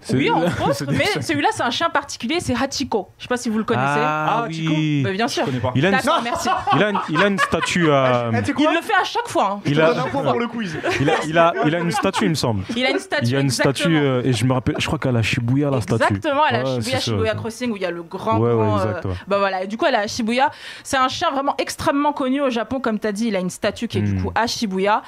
C'est-
Oui, entre
c'est
autres,
des
mais
chiens.
celui-là, c'est un chien particulier, c'est Hachiko. Je sais pas si vous le connaissez.
Ah,
Ah, Chico.
oui.
Mais bien
Je
sûr.
connais pas.
Il a, une,
D'accord, merci.
il, a une, il a une statue à.
Eh, tu sais
Il
quoi
le fait à chaque fois. hein.
Il
Je te donne
a,
un point pour le quiz.
il, a, il, a, il a une statue, il me semble.
Il a une statue.
Il y a une statue,
exactement.
euh, et je me rappelle, je crois qu'à la Shibuya, la statue.
Exactement, à la
Ouais,
Shibuya,
c'est ça.
Shibuya Crossing, où il y a le grand.
Ouais, ouais,
grand,
exact, ouais.
Bah voilà, et du coup, à la Shibuya, c'est un chien vraiment extrêmement connu au Japon, comme tu as dit, il a une statue qui est
Mm.
du coup à Shibuya.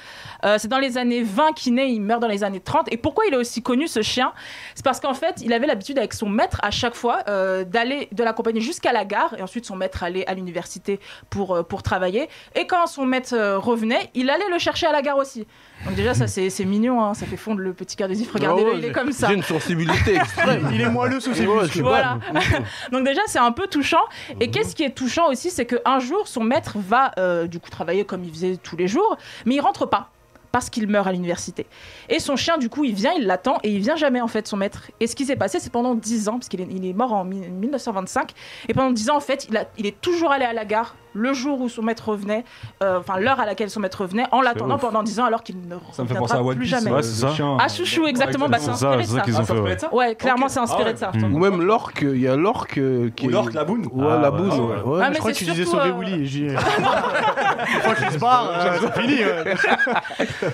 Euh, c'est dans les années 20 qu'il naît, il meurt dans les années 30. Et pourquoi il est aussi connu, ce chien C'est parce qu'en fait, il avait l'habitude avec son maître, à chaque fois, euh, d'aller de l'accompagner jusqu'à la gare, et ensuite son maître allait à l'université pour, euh, pour travailler. Et quand son maître euh, revenait, il allait le chercher à la gare aussi. Donc déjà, ça c'est c'est mignon, hein, ça fait fondre le petit cœur de Zif, regardez-le,
Ah ouais,
il est
j'ai-
comme ça.
J'ai une sensibilité extrême.
Il est moelleux sous ses
Ouais,
muscles.
je sais
Voilà.
pas.
Donc déjà, c'est un peu touchant. Et qu'est-ce qui est touchant aussi, c'est qu'un jour, son maître va euh, du coup travailler comme il faisait tous les jours, mais il rentre pas parce qu'il meurt à l'université. Et son chien, du coup, il vient, il l'attend, et il vient jamais, en fait, son maître. Et ce qui s'est passé, c'est pendant 10 ans, parce qu'il est, il est mort en mi- 1925, et pendant 10 ans, en fait, il, a- il est toujours allé à la gare, le jour où son maître revenait, euh, enfin, l'heure à laquelle son maître revenait, en l'attendant
ouf.
pendant 10 ans, alors qu'il ne
Ça me fait
reviendra
penser à One
plus
Piece. euh,
jamais. Ah,
ouais, c'est ça.
À Chouchou, exactement, bah, c'est
C'est ça,
inspiré de
c'est ça
ça.
Ah,
qu'ils ont fait. ouais.
Ouais, clairement,
Ok.
c'est inspiré
Ah ouais.
de ça.
Mm.
Ou même l'orque, il y a l'orque euh, qui
Ou
est-
l'orque, la boune.
Ouais, la
Ah,
boune,
ouais.
ouais. ouais.
Ah, mais
Je crois que
c'est
tu disais
surtout,
sauver
euh,
Willy. j'ai- Une fois qu'il se barre, euh, c'est fini. ouais.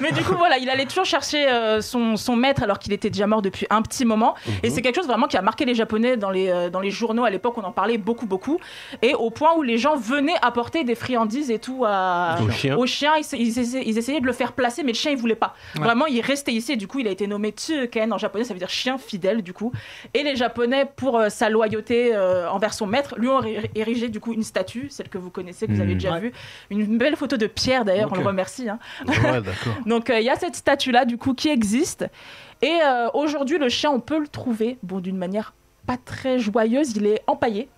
Mais du coup, voilà, il allait toujours chercher euh, son, son maître alors qu'il était déjà mort depuis un petit moment. Et c'est quelque chose vraiment qui a marqué les Japonais dans les, euh, dans les journaux à l'époque. On en parlait beaucoup, beaucoup. Et au point où les gens venaient apporter des friandises et tout à,
Au chien.
au chien. Ils, essa- ils essa- ils essayaient de le faire placer, mais le chien, il voulait pas. Vraiment, il restait ici. Et du coup, il a été nommé Tsuken en japonais, ça veut dire chien fidèle, du coup. Et les Japonais, pour euh, sa loyauté euh, envers son maître, lui ont ré- érigé, du coup, une statue, celle que vous connaissez, que vous avez
Mhm.
déjà
Ouais.
vue. Une belle photo de Pierre, d'ailleurs, on
Ok.
le remercie. hein.
Ouais, d'accord.
Donc euh, il y a cette statue-là, du coup, qui existe. Et euh, aujourd'hui, le chien, on peut le trouver, bon, d'une manière pas très joyeuse, il est empaillé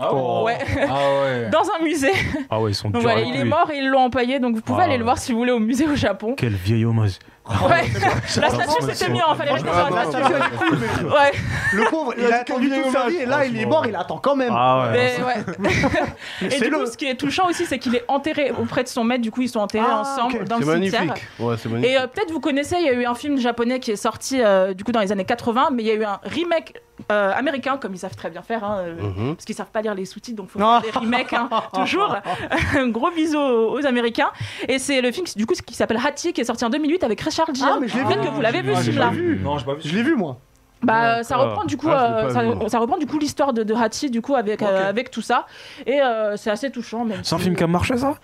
Ah
Oh.
Ouais.
Ah ouais.
dans un musée.
Ah ouais, ils sont
Donc
durs
voilà,
avec
il est
lui.
mort et ils l'ont empaillé, donc vous pouvez
Ah
aller le
ouais.
voir si vous voulez au musée au Japon.
Quel vieil hommage.
Ouais, la
j'adore
statue
ce
c'était
morceau.
mieux, il fallait rester sur la
La
statue.
statue, elle est cool, mais
Ouais,
le pauvre, il
Il a
a attendu
dit
toute sa
hommage.
vie et là, il est mort, il attend quand même.
Ah ouais.
mais ouais. Et
C'est
du
le-
coup, ce qui est touchant aussi, c'est qu'il est enterré auprès de son maître, du coup, ils sont enterrés
Ah,
ensemble
ok.
dans le
C'est
cimetière.
magnifique. Ouais, c'est magnifique.
Et euh, peut-être vous connaissez, il y a eu un film japonais qui est sorti euh, du coup dans les années 80, mais il y a eu un remake euh, américain, comme ils savent très bien faire, hein, euh,
Hmm.
Mhm.
parce qu'ils savent pas lire les sous-titres, donc faut faire des remakes hein, toujours. Un gros bisou aux, aux Américains. Et c'est le film du coup qui s'appelle Hachi, qui est sorti en 2008 avec Richard Gere.
Ah, mais je l'ai vu.
Peut-être que vous l'avez vu
Ah,
ce
j'ai
film-là.
pas vu. Non, j'ai pas vu.
Je l'ai vu, moi.
Bah, euh, ça
D'accord.
reprend du coup,
Ah, je l'ai
euh,
pas
ça,
vu.
ça reprend du coup l'histoire de, de Hachi du coup avec euh,
Ok.
avec tout ça. Et euh, c'est assez touchant. même
C'est un
si-
film qui a marché, ça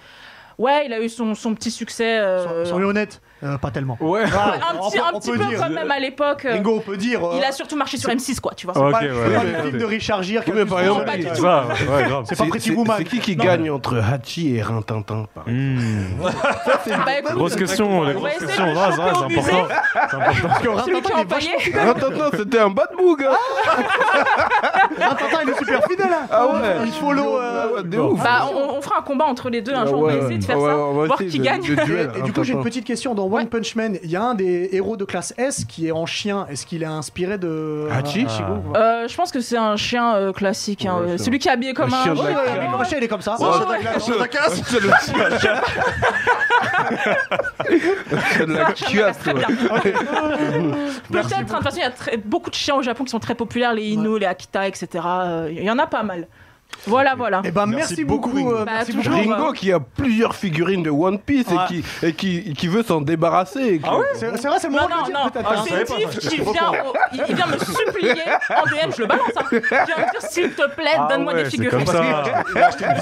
Ouais, il a eu son, son petit succès. euh,
Soyons honnêtes. Euh, pas tellement.
Ouais.
Ah,
un
on
petit,
peut-
un
on
petit
peut
peu
dire-
quand même à l'époque. euh,
Ringo, on peut dire. euh,
il a surtout marché sur M6, quoi, tu vois.
pas-
Ah, Ok,
c'est
ouais.
pas le film de Richard Gere. qui a
Oui,
plus
par
de
exemple,
impact.
pas du tout.
Ça, ouais, grave.
C'est pas Pretty Woman.
C'est qui qui
Non,
gagne entre Hachi et Rintintin par exemple
Hmm.
Bah, écoute,
Grosse question, la
On
grosse
va essayer
question.
de le
Rase,
choper
rase,
au
c'est
musée.
important. C'est important.
Parce que
Celui qui
Rintintin,
a
il est
envoyé.
Rintintin, c'était un bad boog hein
vachement- Rintintin, il est super fidèle. hein.
Ah ouais
Il follow. euh,
Ah ouais, De ouf
Bah, on, on fera un combat entre les deux un jour.
Ah Ouais,
on va essayer de faire
ouais,
ça,
ouais, on va
voir
essayer
qui
de-
gagne.
de duel,
Et, et du coup, j'ai
Rintintin.
une petite question. Dans One
Ouais.
Punch Man, il y a un des héros de classe S qui est en chien. Est-ce qu'il est inspiré de.
Ah,
Hachi
Ichigo, ou pas
Euh, je pense que c'est un chien euh, classique, hein,
Ouais,
euh,
c'est
celui qui est habillé comme
Un
un.
chien de
Ouais,
la
Ouais,
ouais,
ouais,
ouais,
ouais.
Pinochet, il est comme ça.
Ouais, ouais, ouais.
C'est le C'est de la
Ça, ça me passe
cuasse,
très
ouais.
bien. Peut-être, hein, de toute façon, il y a très- beaucoup de chiens au Japon qui sont très populaires, les Inu, les Akita, etc. Euh, Il y en a pas mal. Voilà, voilà.
Eh ben,
Merci
merci
beaucoup,
beaucoup.
Ringo.
euh,
Bah,
merci
toujours.
beaucoup.
Ringo qui a plusieurs figurines de One Piece
Ouais.
et, qui, et qui, qui veut s'en débarrasser. et qui-
euh, C'est c'est vrai, c'est le moment
Non,
de le
non,
dire
non,
peut-être.
Ah,
hein.
je
c'est
savais pas,
Tiff
ça.
qui vient, au- il il vient me supplier en DM, je le balance. hein. Il vient me dire s'il te plaît,
Ah
donne-moi
ouais,
des
C'est
figurines.
comme ça.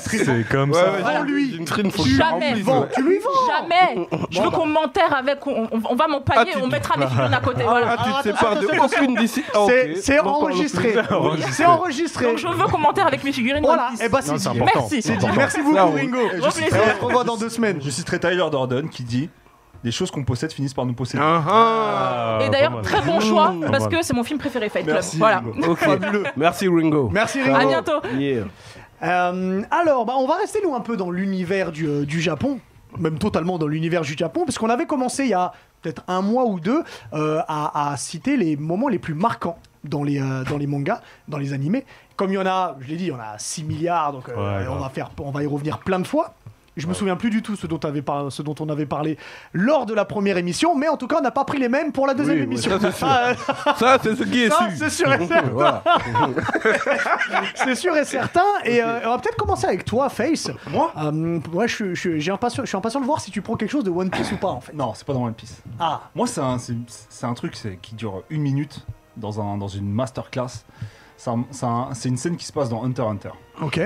C'est comme
Ouais,
ça.
ouais,
Voilà.
j'ai une trine, faut que je
Jamais.
remplisse,
Vends,
ouais.
tu lui vends.
Jamais Je veux qu'on m'enterre avec, on, on- on va
Ah,
m'empailler,
tu
on
te-
mettra mes figurines à côté.
Ah,
Voilà.
tu te
attention,
sépares de
attention,
aucune décision. Ah, ok.
C'est c'est
On en parle
enregistré.
plus tard.
C'est enregistré.
Donc je veux qu'on m'enterre avec mes figurines.
Voilà,
One Piece.
et bah
Non,
c'est
c'est
dit.
important.
Merci.
C'est dit. Merci beaucoup,
Bravo.
Ringo.
Au
Je citerai-
Et
plaisir.
on se revoit dans deux semaines.
Je citerai Tyler Durden qui dit Les choses qu'on possède finissent par nous posséder.
Ah,
Ah,
Et
pas
d'ailleurs,
mal. Mmh.
très bon choix,
Pas
parce
mal.
que c'est mon film préféré, Fight Club.
Merci.
Voilà.
ah. Ok. Merci Ringo.
Merci Ringo.
À bientôt.
Yeah.
Euh, alors, bah, on va rester nous un peu dans l'univers du, euh, du Japon, même totalement dans l'univers du Japon, parce qu'on avait commencé il y a peut-être un mois ou deux euh, à, à citer les moments les plus marquants dans les, euh, dans les mangas, dans les animés. Comme il y en a, je l'ai dit, il y en a 6 milliards, donc euh,
Ouais,
on,
grave.
va faire, on va y revenir plein de fois. Je me souviens plus du tout ce dont, avait par- ce dont on avait parlé lors de la première émission, mais en tout cas, on n'a pas pris les mêmes pour la deuxième
Oui,
émission.
ouais, ça, c'est sûr.
Ah, euh,
Ça, c'est ce qui est
Ça,
su.
c'est sûr et certain.
Voilà.
c'est sûr et certain. Et euh, on va peut-être commencer avec toi, Face.
Moi
Euh, ouais, je, suis- je, suis- j'ai impatient, je suis impatient de voir si tu prends quelque chose de One Piece ou pas en fait.
Non, c'est pas dans One Piece.
Ah,
Moi, c'est un, c'est- c'est un truc c'est- qui dure une minute dans, un, dans une masterclass. C'est un- c'est un- c'est une scène qui se passe dans Hunter x Hunter.
ok.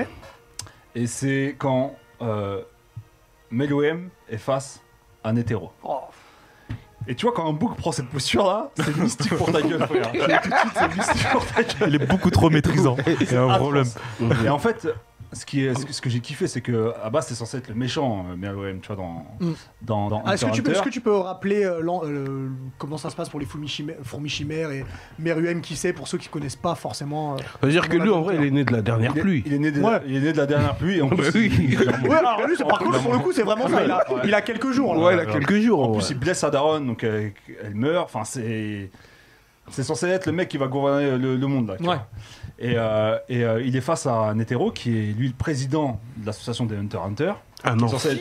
Et c'est quand euh, Meloem est face à un hétéro.
Oh.
Et tu vois, quand un bouc prend cette posture-là, c'est mystique pour ta gueule, frère. Je te le dis tout de suite, c'est mystique pour ta gueule.
Il est beaucoup trop maîtrisant. Il y a
Ah,
un problème.
Et en fait, ce, qui est, ce que- ce que j'ai kiffé, c'est que à base, c'est censé être le méchant, euh, Meloem, tu vois, dans.
Mm.
dans, dans
Ah, est-ce, que
Hunter
tu peux,
x
est-ce
Hunter.
que tu peux rappeler euh, l'en- euh, le- comment ça se passe pour les fourmichimè- fourmichimères et Meruem qui sait pour ceux qui connaissent pas forcément euh.
C'est-à-dire que lui, en vrai, il est né de la dernière
Il est-
pluie.
Il est, né de,
Ouais.
il est né de la dernière pluie et en
Bah
plus,
oui.
il, il-
Ouais, alors lui, c'est- par contre, pour le coup, c'est vraiment ça. Il a,
Ouais.
il a quelques jours. là.
Ouais, il a quelques jours.
en
Oh, ouais.
plus, il blesse sa daronne, donc euh, elle meurt. Enfin, c'est. C'est censé être le mec qui va gouverner le, le monde, là. tu
Ouais.
vois. Et, euh, et, euh, il est face à un hétéro qui est, lui, le président de l'association des Hunter x Hunter.
Ah
qui est
non.
censé être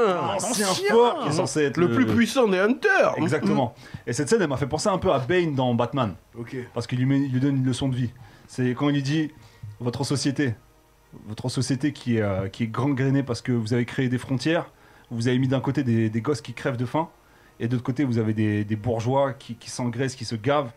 un ancien
ancien.
fort qui est censé être
Le plus puissant Mm-hmm. des Hunters.
Exactement. Et cette scène, elle m'a fait penser un peu à Bane dans Batman.
Ok.
parce qu'il lui, met- il lui donne une leçon de vie. C'est quand il lui dit votre société, votre société qui est, euh, qui est gangrénée parce que vous avez créé des frontières, vous avez mis d'un côté des, des gosses qui crèvent de faim, et de l'autre côté vous avez des, des bourgeois qui, qui s'engraissent, qui se gavent,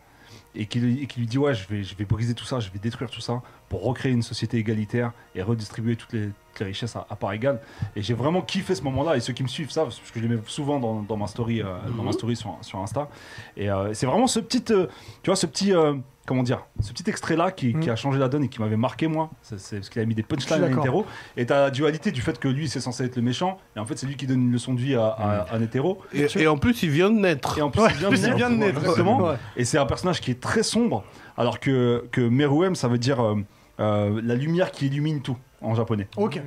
et qui, lui- et qui lui dit ouais je vais, je vais briser tout ça, je vais détruire tout ça pour recréer une société égalitaire et redistribuer toutes les, toutes les richesses à, à part égale. Et j'ai vraiment kiffé ce moment-là, et ceux qui me suivent savent, parce que je les mets souvent dans, dans ma story, euh, dans
Mhm.
ma story sur, sur Insta. Et euh, c'est vraiment ce petit... euh, tu vois, ce petit, euh, comment dire, ce petit extrait-là qui, qui a changé la donne et qui m'avait marqué, moi, c'est c'est parce qu'il a mis des punchlines
Mhm. Je
à
suis
l'hétéro. Et t'as la dualité du fait que lui, c'est censé être le méchant, et en fait, c'est lui qui donne une leçon de vie à,
Mhm.
à- à un hétéro.
Et, et en plus, il vient de naître.
Et en plus,
Ouais,
il vient
lui,
de
c'est
naître.
bien de naître.
Exactement.
Ouais.
Et c'est un personnage qui est très sombre, alors que, que Meruem, ça veut dire euh, euh, la lumière qui illumine tout en japonais.
Ok.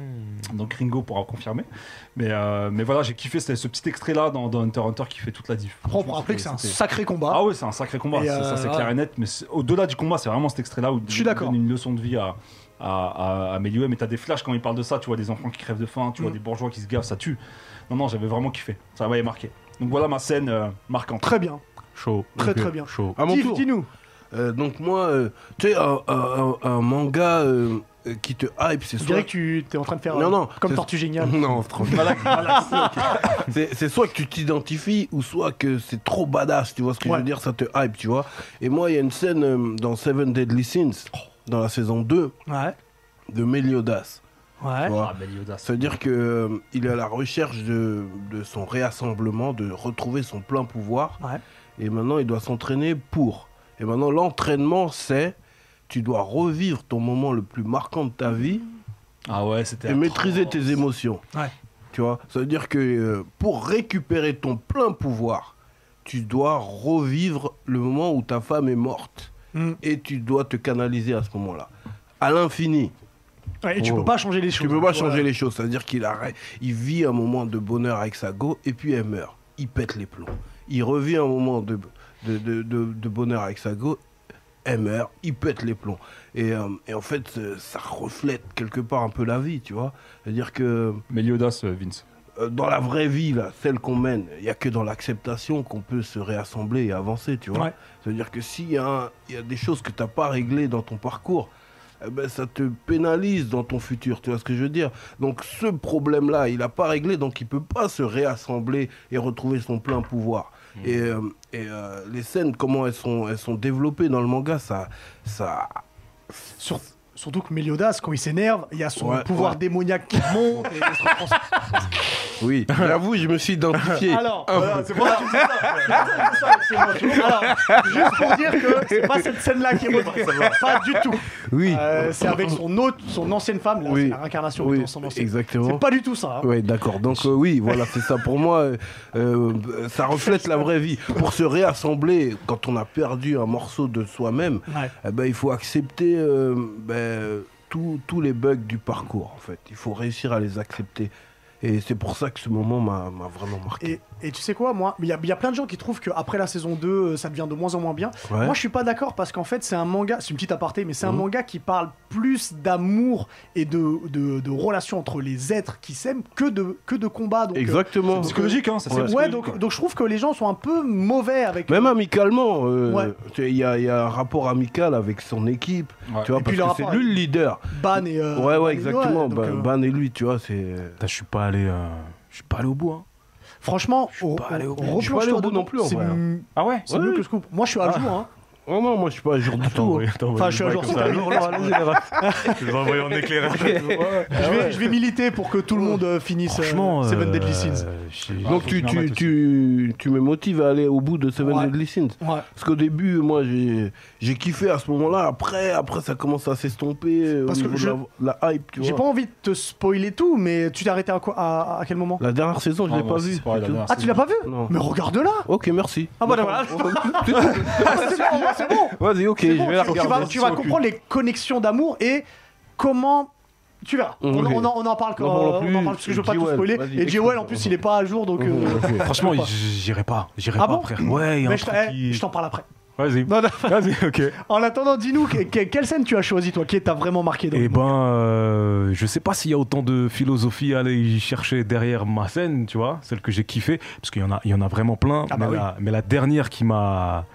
Donc Ringo pourra confirmer. Mais, euh, mais voilà, j'ai kiffé ce, ce petit extrait-là dans, dans Hunter x Hunter qui fait toute la diff.
Après, on peut rappeler que c'est un
C'était-
sacré combat.
ah ouais, c'est un sacré combat,
Et
ça,
euh,
ça, c'est
ouais.
clair et net, mais c'est- au-delà du combat, c'est vraiment cet extrait-là où
Je suis
il
d'accord.
donne une leçon de vie à, à, à, à Meilieu, mais t'as des flashs quand il parle de ça, tu vois des enfants qui crèvent de faim, tu vois
Mm.
des bourgeois qui se gavent, ça tue. Non, non, j'avais vraiment kiffé, ça m'avait marqué. Donc voilà ma scène euh, marquante.
Très bien.
Chaud.
Très,
Ok,
très bien.
Chaud.
À mon
Div,
tour.
dis-nous.
Euh, donc moi, euh, tu sais, un, un- un- un manga euh, euh, qui te hype, c'est
Je
soit...
dirais que tu es en train de faire
Non,
euh,
non,
comme
c'est- Mhm.
Tortue Géniale.
Non, c'est trop-
Malak- Malak, c'est ok.
c'est c'est soit que tu t'identifies ou soit que c'est trop badass, tu vois ce que
Ouais.
je veux dire, ça te hype, tu vois. Et moi, il y a une scène euh, dans Seven Deadly Sins, dans la saison 2
Ouais.
de Meliodas.
Ouais.
tu vois.
Ah, belle Yoda.
Ça veut dire que euh, il est à la recherche de, de son réassemblement, de retrouver son plein pouvoir.
Ouais.
Et maintenant, il doit s'entraîner pour. Et maintenant, l'entraînement, c'est tu dois revivre ton moment le plus marquant de ta vie
Ah ouais, c'était.
et
atroce.
maîtriser tes émotions.
Ouais.
Tu vois, ça veut dire que euh, pour récupérer ton plein pouvoir, tu dois revivre le moment où ta femme est morte
Mm.
et tu dois te canaliser à ce moment-là, à l'infini.
Ouais, et tu
Oh.
peux pas changer les choses.
Tu peux pas
Ouais.
changer les choses, c'est-à-dire qu'il arrête, il vit un moment de bonheur avec sa go et puis elle meurt. Il pète les plombs. Il revit un moment de, de, de- de- de bonheur avec sa go, elle meurt, il pète les plombs. Et, euh, et en fait, euh, ça reflète quelque part un peu la vie, tu vois. C'est-à-dire que
Meliodas, euh, Vince.
euh, dans la vraie vie, là, celle qu'on mène, il n'y a que dans l'acceptation qu'on peut se réassembler et avancer, tu vois.
Ouais.
C'est-à-dire que s'il y, a un- il y a des choses que tu n'as pas réglées dans ton parcours, eh ben, ça te pénalise dans ton futur, tu vois ce que je veux dire Donc ce problème-là, il n'a pas réglé, donc il ne peut pas se réassembler et retrouver son plein pouvoir.
Mmh.
Et, euh, et, euh, les scènes, comment elles sont, elles sont développées dans le manga, ça... ça
Sur- Surtout que Meliodas, quand il s'énerve, il y a son
Ouais,
pouvoir
ouais.
démoniaque qui monte et il se reprend
oui, j'avoue, je me suis identifié.
Alors,
un
voilà,
peu.
c'est pour ça que tu dis ça. C'est pour ça que tu dis ça, c'est moi. Alors, juste pour dire que c'est pas cette scène-là qui est reprise. Pas du tout.
oui,
Euh, c'est avec son autre, son ancienne femme, là,
Oui.
c'est la réincarnation
oui,
dans son ancienne.
exactement.
C'est pas du tout ça. hein.
Oui, d'accord. Donc euh, oui, voilà, c'est ça. Pour moi, euh, euh, ça reflète la vraie vie. Pour se réassembler, quand on a perdu un morceau de soi-même,
Ouais.
eh ben, il faut accepter euh, ben, tous- tous les bugs du parcours, en fait. Il faut réussir à les accepter. Et c'est pour ça que ce moment m'a m'a vraiment marqué.
Et, et tu sais quoi, moi, il y, a- il y a plein de gens qui trouvent qu'après la saison 2, euh, ça devient de moins en moins bien.
Ouais. Mhm.
Moi, je suis pas d'accord parce qu'en fait, c'est un manga, c'est une petite aparté, mais c'est un manga qui parle plus d'amour et de, de, de relations entre les êtres qui s'aiment que de, que de combats. Donc, euh,
Exactement.
Psychologique, hein, ça c'est
c'est- Ouais,
psychologique,
donc,
quoi.
donc je trouve que les gens sont un peu mauvais avec.
Même amicalement, euh,
Ouais.
tu sais, il y, a- il y a un rapport amical avec son équipe,
Ouais.
tu vois,
Et
parce
puis le
que c'est
rapport
lui le leader.
Ban et. euh,
ouais,
Ban
ouais,
et Noël,
exactement.
donc,
Ban,
euh,
Ban et lui, tu vois, c'est...
Putain, Je suis pas allé, euh, je suis pas allé au bout. hein.
Franchement, on-
pas allé au
on
bout. Je suis pas
replonge-toi
allé au bout
dedans.
non plus, en
C'est
vrai. hein.
m-
Ah ouais.
c'est mieux que ce coup. Moi, je suis à jour. Hein.
Oh non, moi je suis pas à jour du tout. hein.
Enfin, je suis à jour, c'est à jour, là, allez,
Je vais envoyer en éclairage.
je, vais, je vais militer pour que tout le monde euh, finisse euh,
Franchement,
Seven
euh,
Deadly Sins.
j'ai-
Ah,
Donc
faut
tu,
que je me
tu,
remette
tu, tu me motives à aller au bout de Seven
Ouais.
Deadly Sins.
Ouais.
Parce qu'au début, moi j'ai j'ai kiffé à ce moment-là. Après, après ça commence à s'estomper euh, au
Parce que
niveau
je-
de la, la hype. Tu
J'ai
vois.
pas envie de te spoiler tout, mais tu t'es arrêté à, quoi, à, à quel moment
La dernière saison, je
Ah,
l'ai
moi
pas
aussi,
vue.
c'est pareil,
c'est
la
tout.
dernière
Ah, tu l'as pas vu
Non.
Mais regarde-la
Ok, merci.
Ah bah voilà. Ah, c'est bon, c'est bon.
Vas-y, ok,
C'est
je
bon,
vais la
tu-
regarder.
tu vas, tu vas comprendre les connexions d'amour et comment. Tu verras. On,
Ok.
on en, on en parle quand
Non, bon, non
on
plus.
en parle parce que je veux pas tout
Jewel,
spoiler.
vas-y, Mhm.
Et Jewel en
explique.
plus il est pas à jour donc. euh,
Franchement,
Je sais pas.
j'irai pas. J'irai
Ah
pas,
bon
frère. Ouais, il y a un
Mais je
truc
t'en- eh,
qui-
je t'en Bah, parle après.
Vas-y.
Non, non.
Vas-y, ok.
En attendant, dis-nous que- que- quelle scène tu as choisi toi qui t'a vraiment marqué dans
Eh
le-
ben, euh, je sais pas s'il y a autant de philosophie à aller y chercher derrière ma scène, tu vois, celle que j'ai kiffée, parce qu'il y en a, il y en a vraiment plein.
Ah bah
mais,
oui.
la, mais la dernière qui m'a,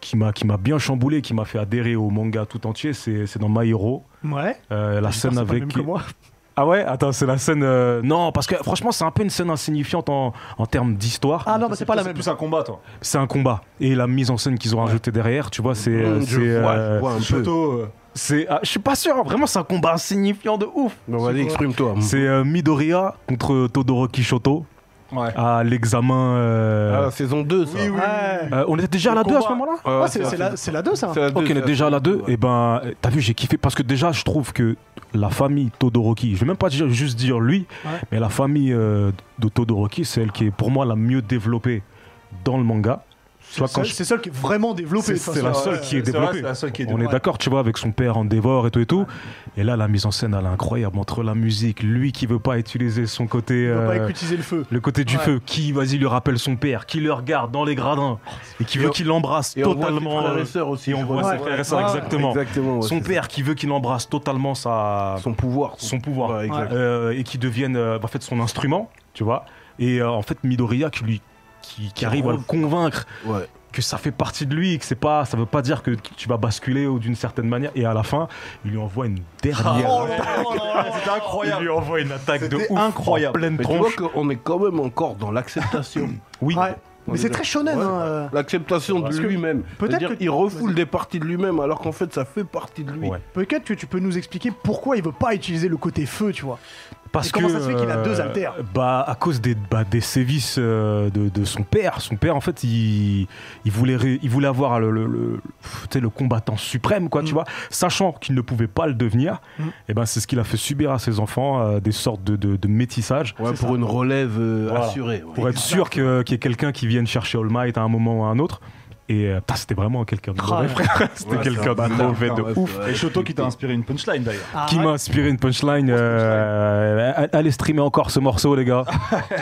qui m'a, qui m'a bien chamboulé, qui m'a fait adhérer au manga tout entier, c'est, c'est dans My Hero,
Ouais.
euh,
J'espère que Ah,
la scène
c'est pas le
avec.
même que moi.
Ah ouais, attends, c'est la scène. euh, Non, parce que franchement, c'est un peu une scène insignifiante en, en termes d'histoire.
Ah non, bah c'est pas la
C'est
même.
plus un combat, toi.
C'est un combat et la mise en scène qu'ils ont rajoutée derrière, tu vois, c'est, euh,
Mm, Je
c'est,
vois,
euh,
je vois un peu.
Château. euh,
c'est, ah, je suis pas sûr, vraiment, c'est un combat insignifiant de ouf.
Bon, vas-y, exprime-toi. hein.
C'est euh, Midoriya contre Todoroki Shoto
Ouais.
à l'examen.
Ah,
euh,
la saison 2, ça.
Ouais.
euh, on était déjà à la
le
2 à ce
combat.
moment-là
Ouais,
Ah, c'est c'est la, c'est la 2 ça.
c'est la
Ok,
deux,
on est
ça.
déjà à la 2.
Ouais.
Et ben, euh, t'as vu, j'ai kiffé parce que déjà, je trouve que la famille Todoroki, je vais même pas dire- juste dire lui,
Ouais.
mais la famille euh, de Todoroki, c'est elle qui est pour moi la mieux développée dans le manga. Tu vois, quand
C'est
je-
c'est celle qui est vraiment développée. de
C'est-
toute
c'est
façon.
la
Ouais,
seule
ouais.
qui est
c'est vrai,
développée.
c'est la seule qui est
On est
développée.
d'accord, tu vois, avec son père en dévore et tout et tout. Et là, la mise en scène, elle est incroyable. Entre la musique, lui qui veut pas utiliser son côté.
On peut
euh,
pas utiliser le feu.
Le côté du
Ouais.
feu, qui, vas-y, lui rappelle son père, qui le regarde dans les gradins, et qui veut
on-
qu'il l'embrasse
Et on voit
totalement.
ses frères
euh,
et sœurs aussi.
et on
je
voit
crois.
ses
Ouais.
frères et sœurs,
Ouais.
exactement.
Exactement, ouais,
Son
c'est ça.
père qui veut qu'il embrasse totalement sa...
Son pouvoir.
son pouvoir,
Ouais, exact.
euh, et qui devienne euh, en fait son instrument, tu vois. Et euh, en fait, Midoriya qui, lui, qui, qui arrive à le
rend-
convaincre
Ouais.
que ça fait partie de lui, et que c'est pas, ça veut pas dire que tu vas basculer ou d'une certaine manière. Et à la fin, il lui envoie une dernière.
Oh là là là là.
C'était
il lui
incroyable.
envoie une attaque de
C'était
ouf,
incroyable.
en pleine
Mais tu vois
tronche.
qu'on est quand même encore dans l'acceptation.
Oui,
Ouais.
On
Mais
est
c'est
d'accord.
très shonen.
Ouais.
hein, euh.
L'acceptation
Parce
de
que-
lui-même.
peut-être
C'est-à-dire,
que-
il refoule des parties de lui-même alors qu'en fait ça fait partie de lui.
Ouais.
Peut-être que tu peux nous expliquer pourquoi il veut pas utiliser le côté feu, tu vois.
Parce
Et comment ça se fait qu'il a deux haltères
euh, Bah à cause des, bah, des sévices euh, de, de son père. Son père en fait il, il voulait ré- il voulait avoir le, le, le- pff, tu sais, le combattant suprême quoi tu
Mm.
vois, sachant qu'il ne pouvait pas le devenir.
Mm.
Et ben c'est ce qu'il a fait subir à ses enfants euh, des sortes de, de, de métissage.
Ouais,
C'est
pour
ça.
une relève euh,
Voilà.
assurée. ouais.
pour être sûr que- qu'il y ait quelqu'un qui vienne chercher All Might à un moment ou à un autre. Et euh, putain, c'était vraiment quelqu'un de
Ah,
mauvais,
ouais.
frère. C'était
Ouais, c'est
quelqu'un
un
de
bâtard,
mauvais de
ouais,
ouf.
ouais,
Et Shoto qui t'a
flippé.
inspiré une punchline d'ailleurs.
Qui m'a
Arrête.
inspiré une punchline. euh, euh, allez streamer encore ce morceau, les gars.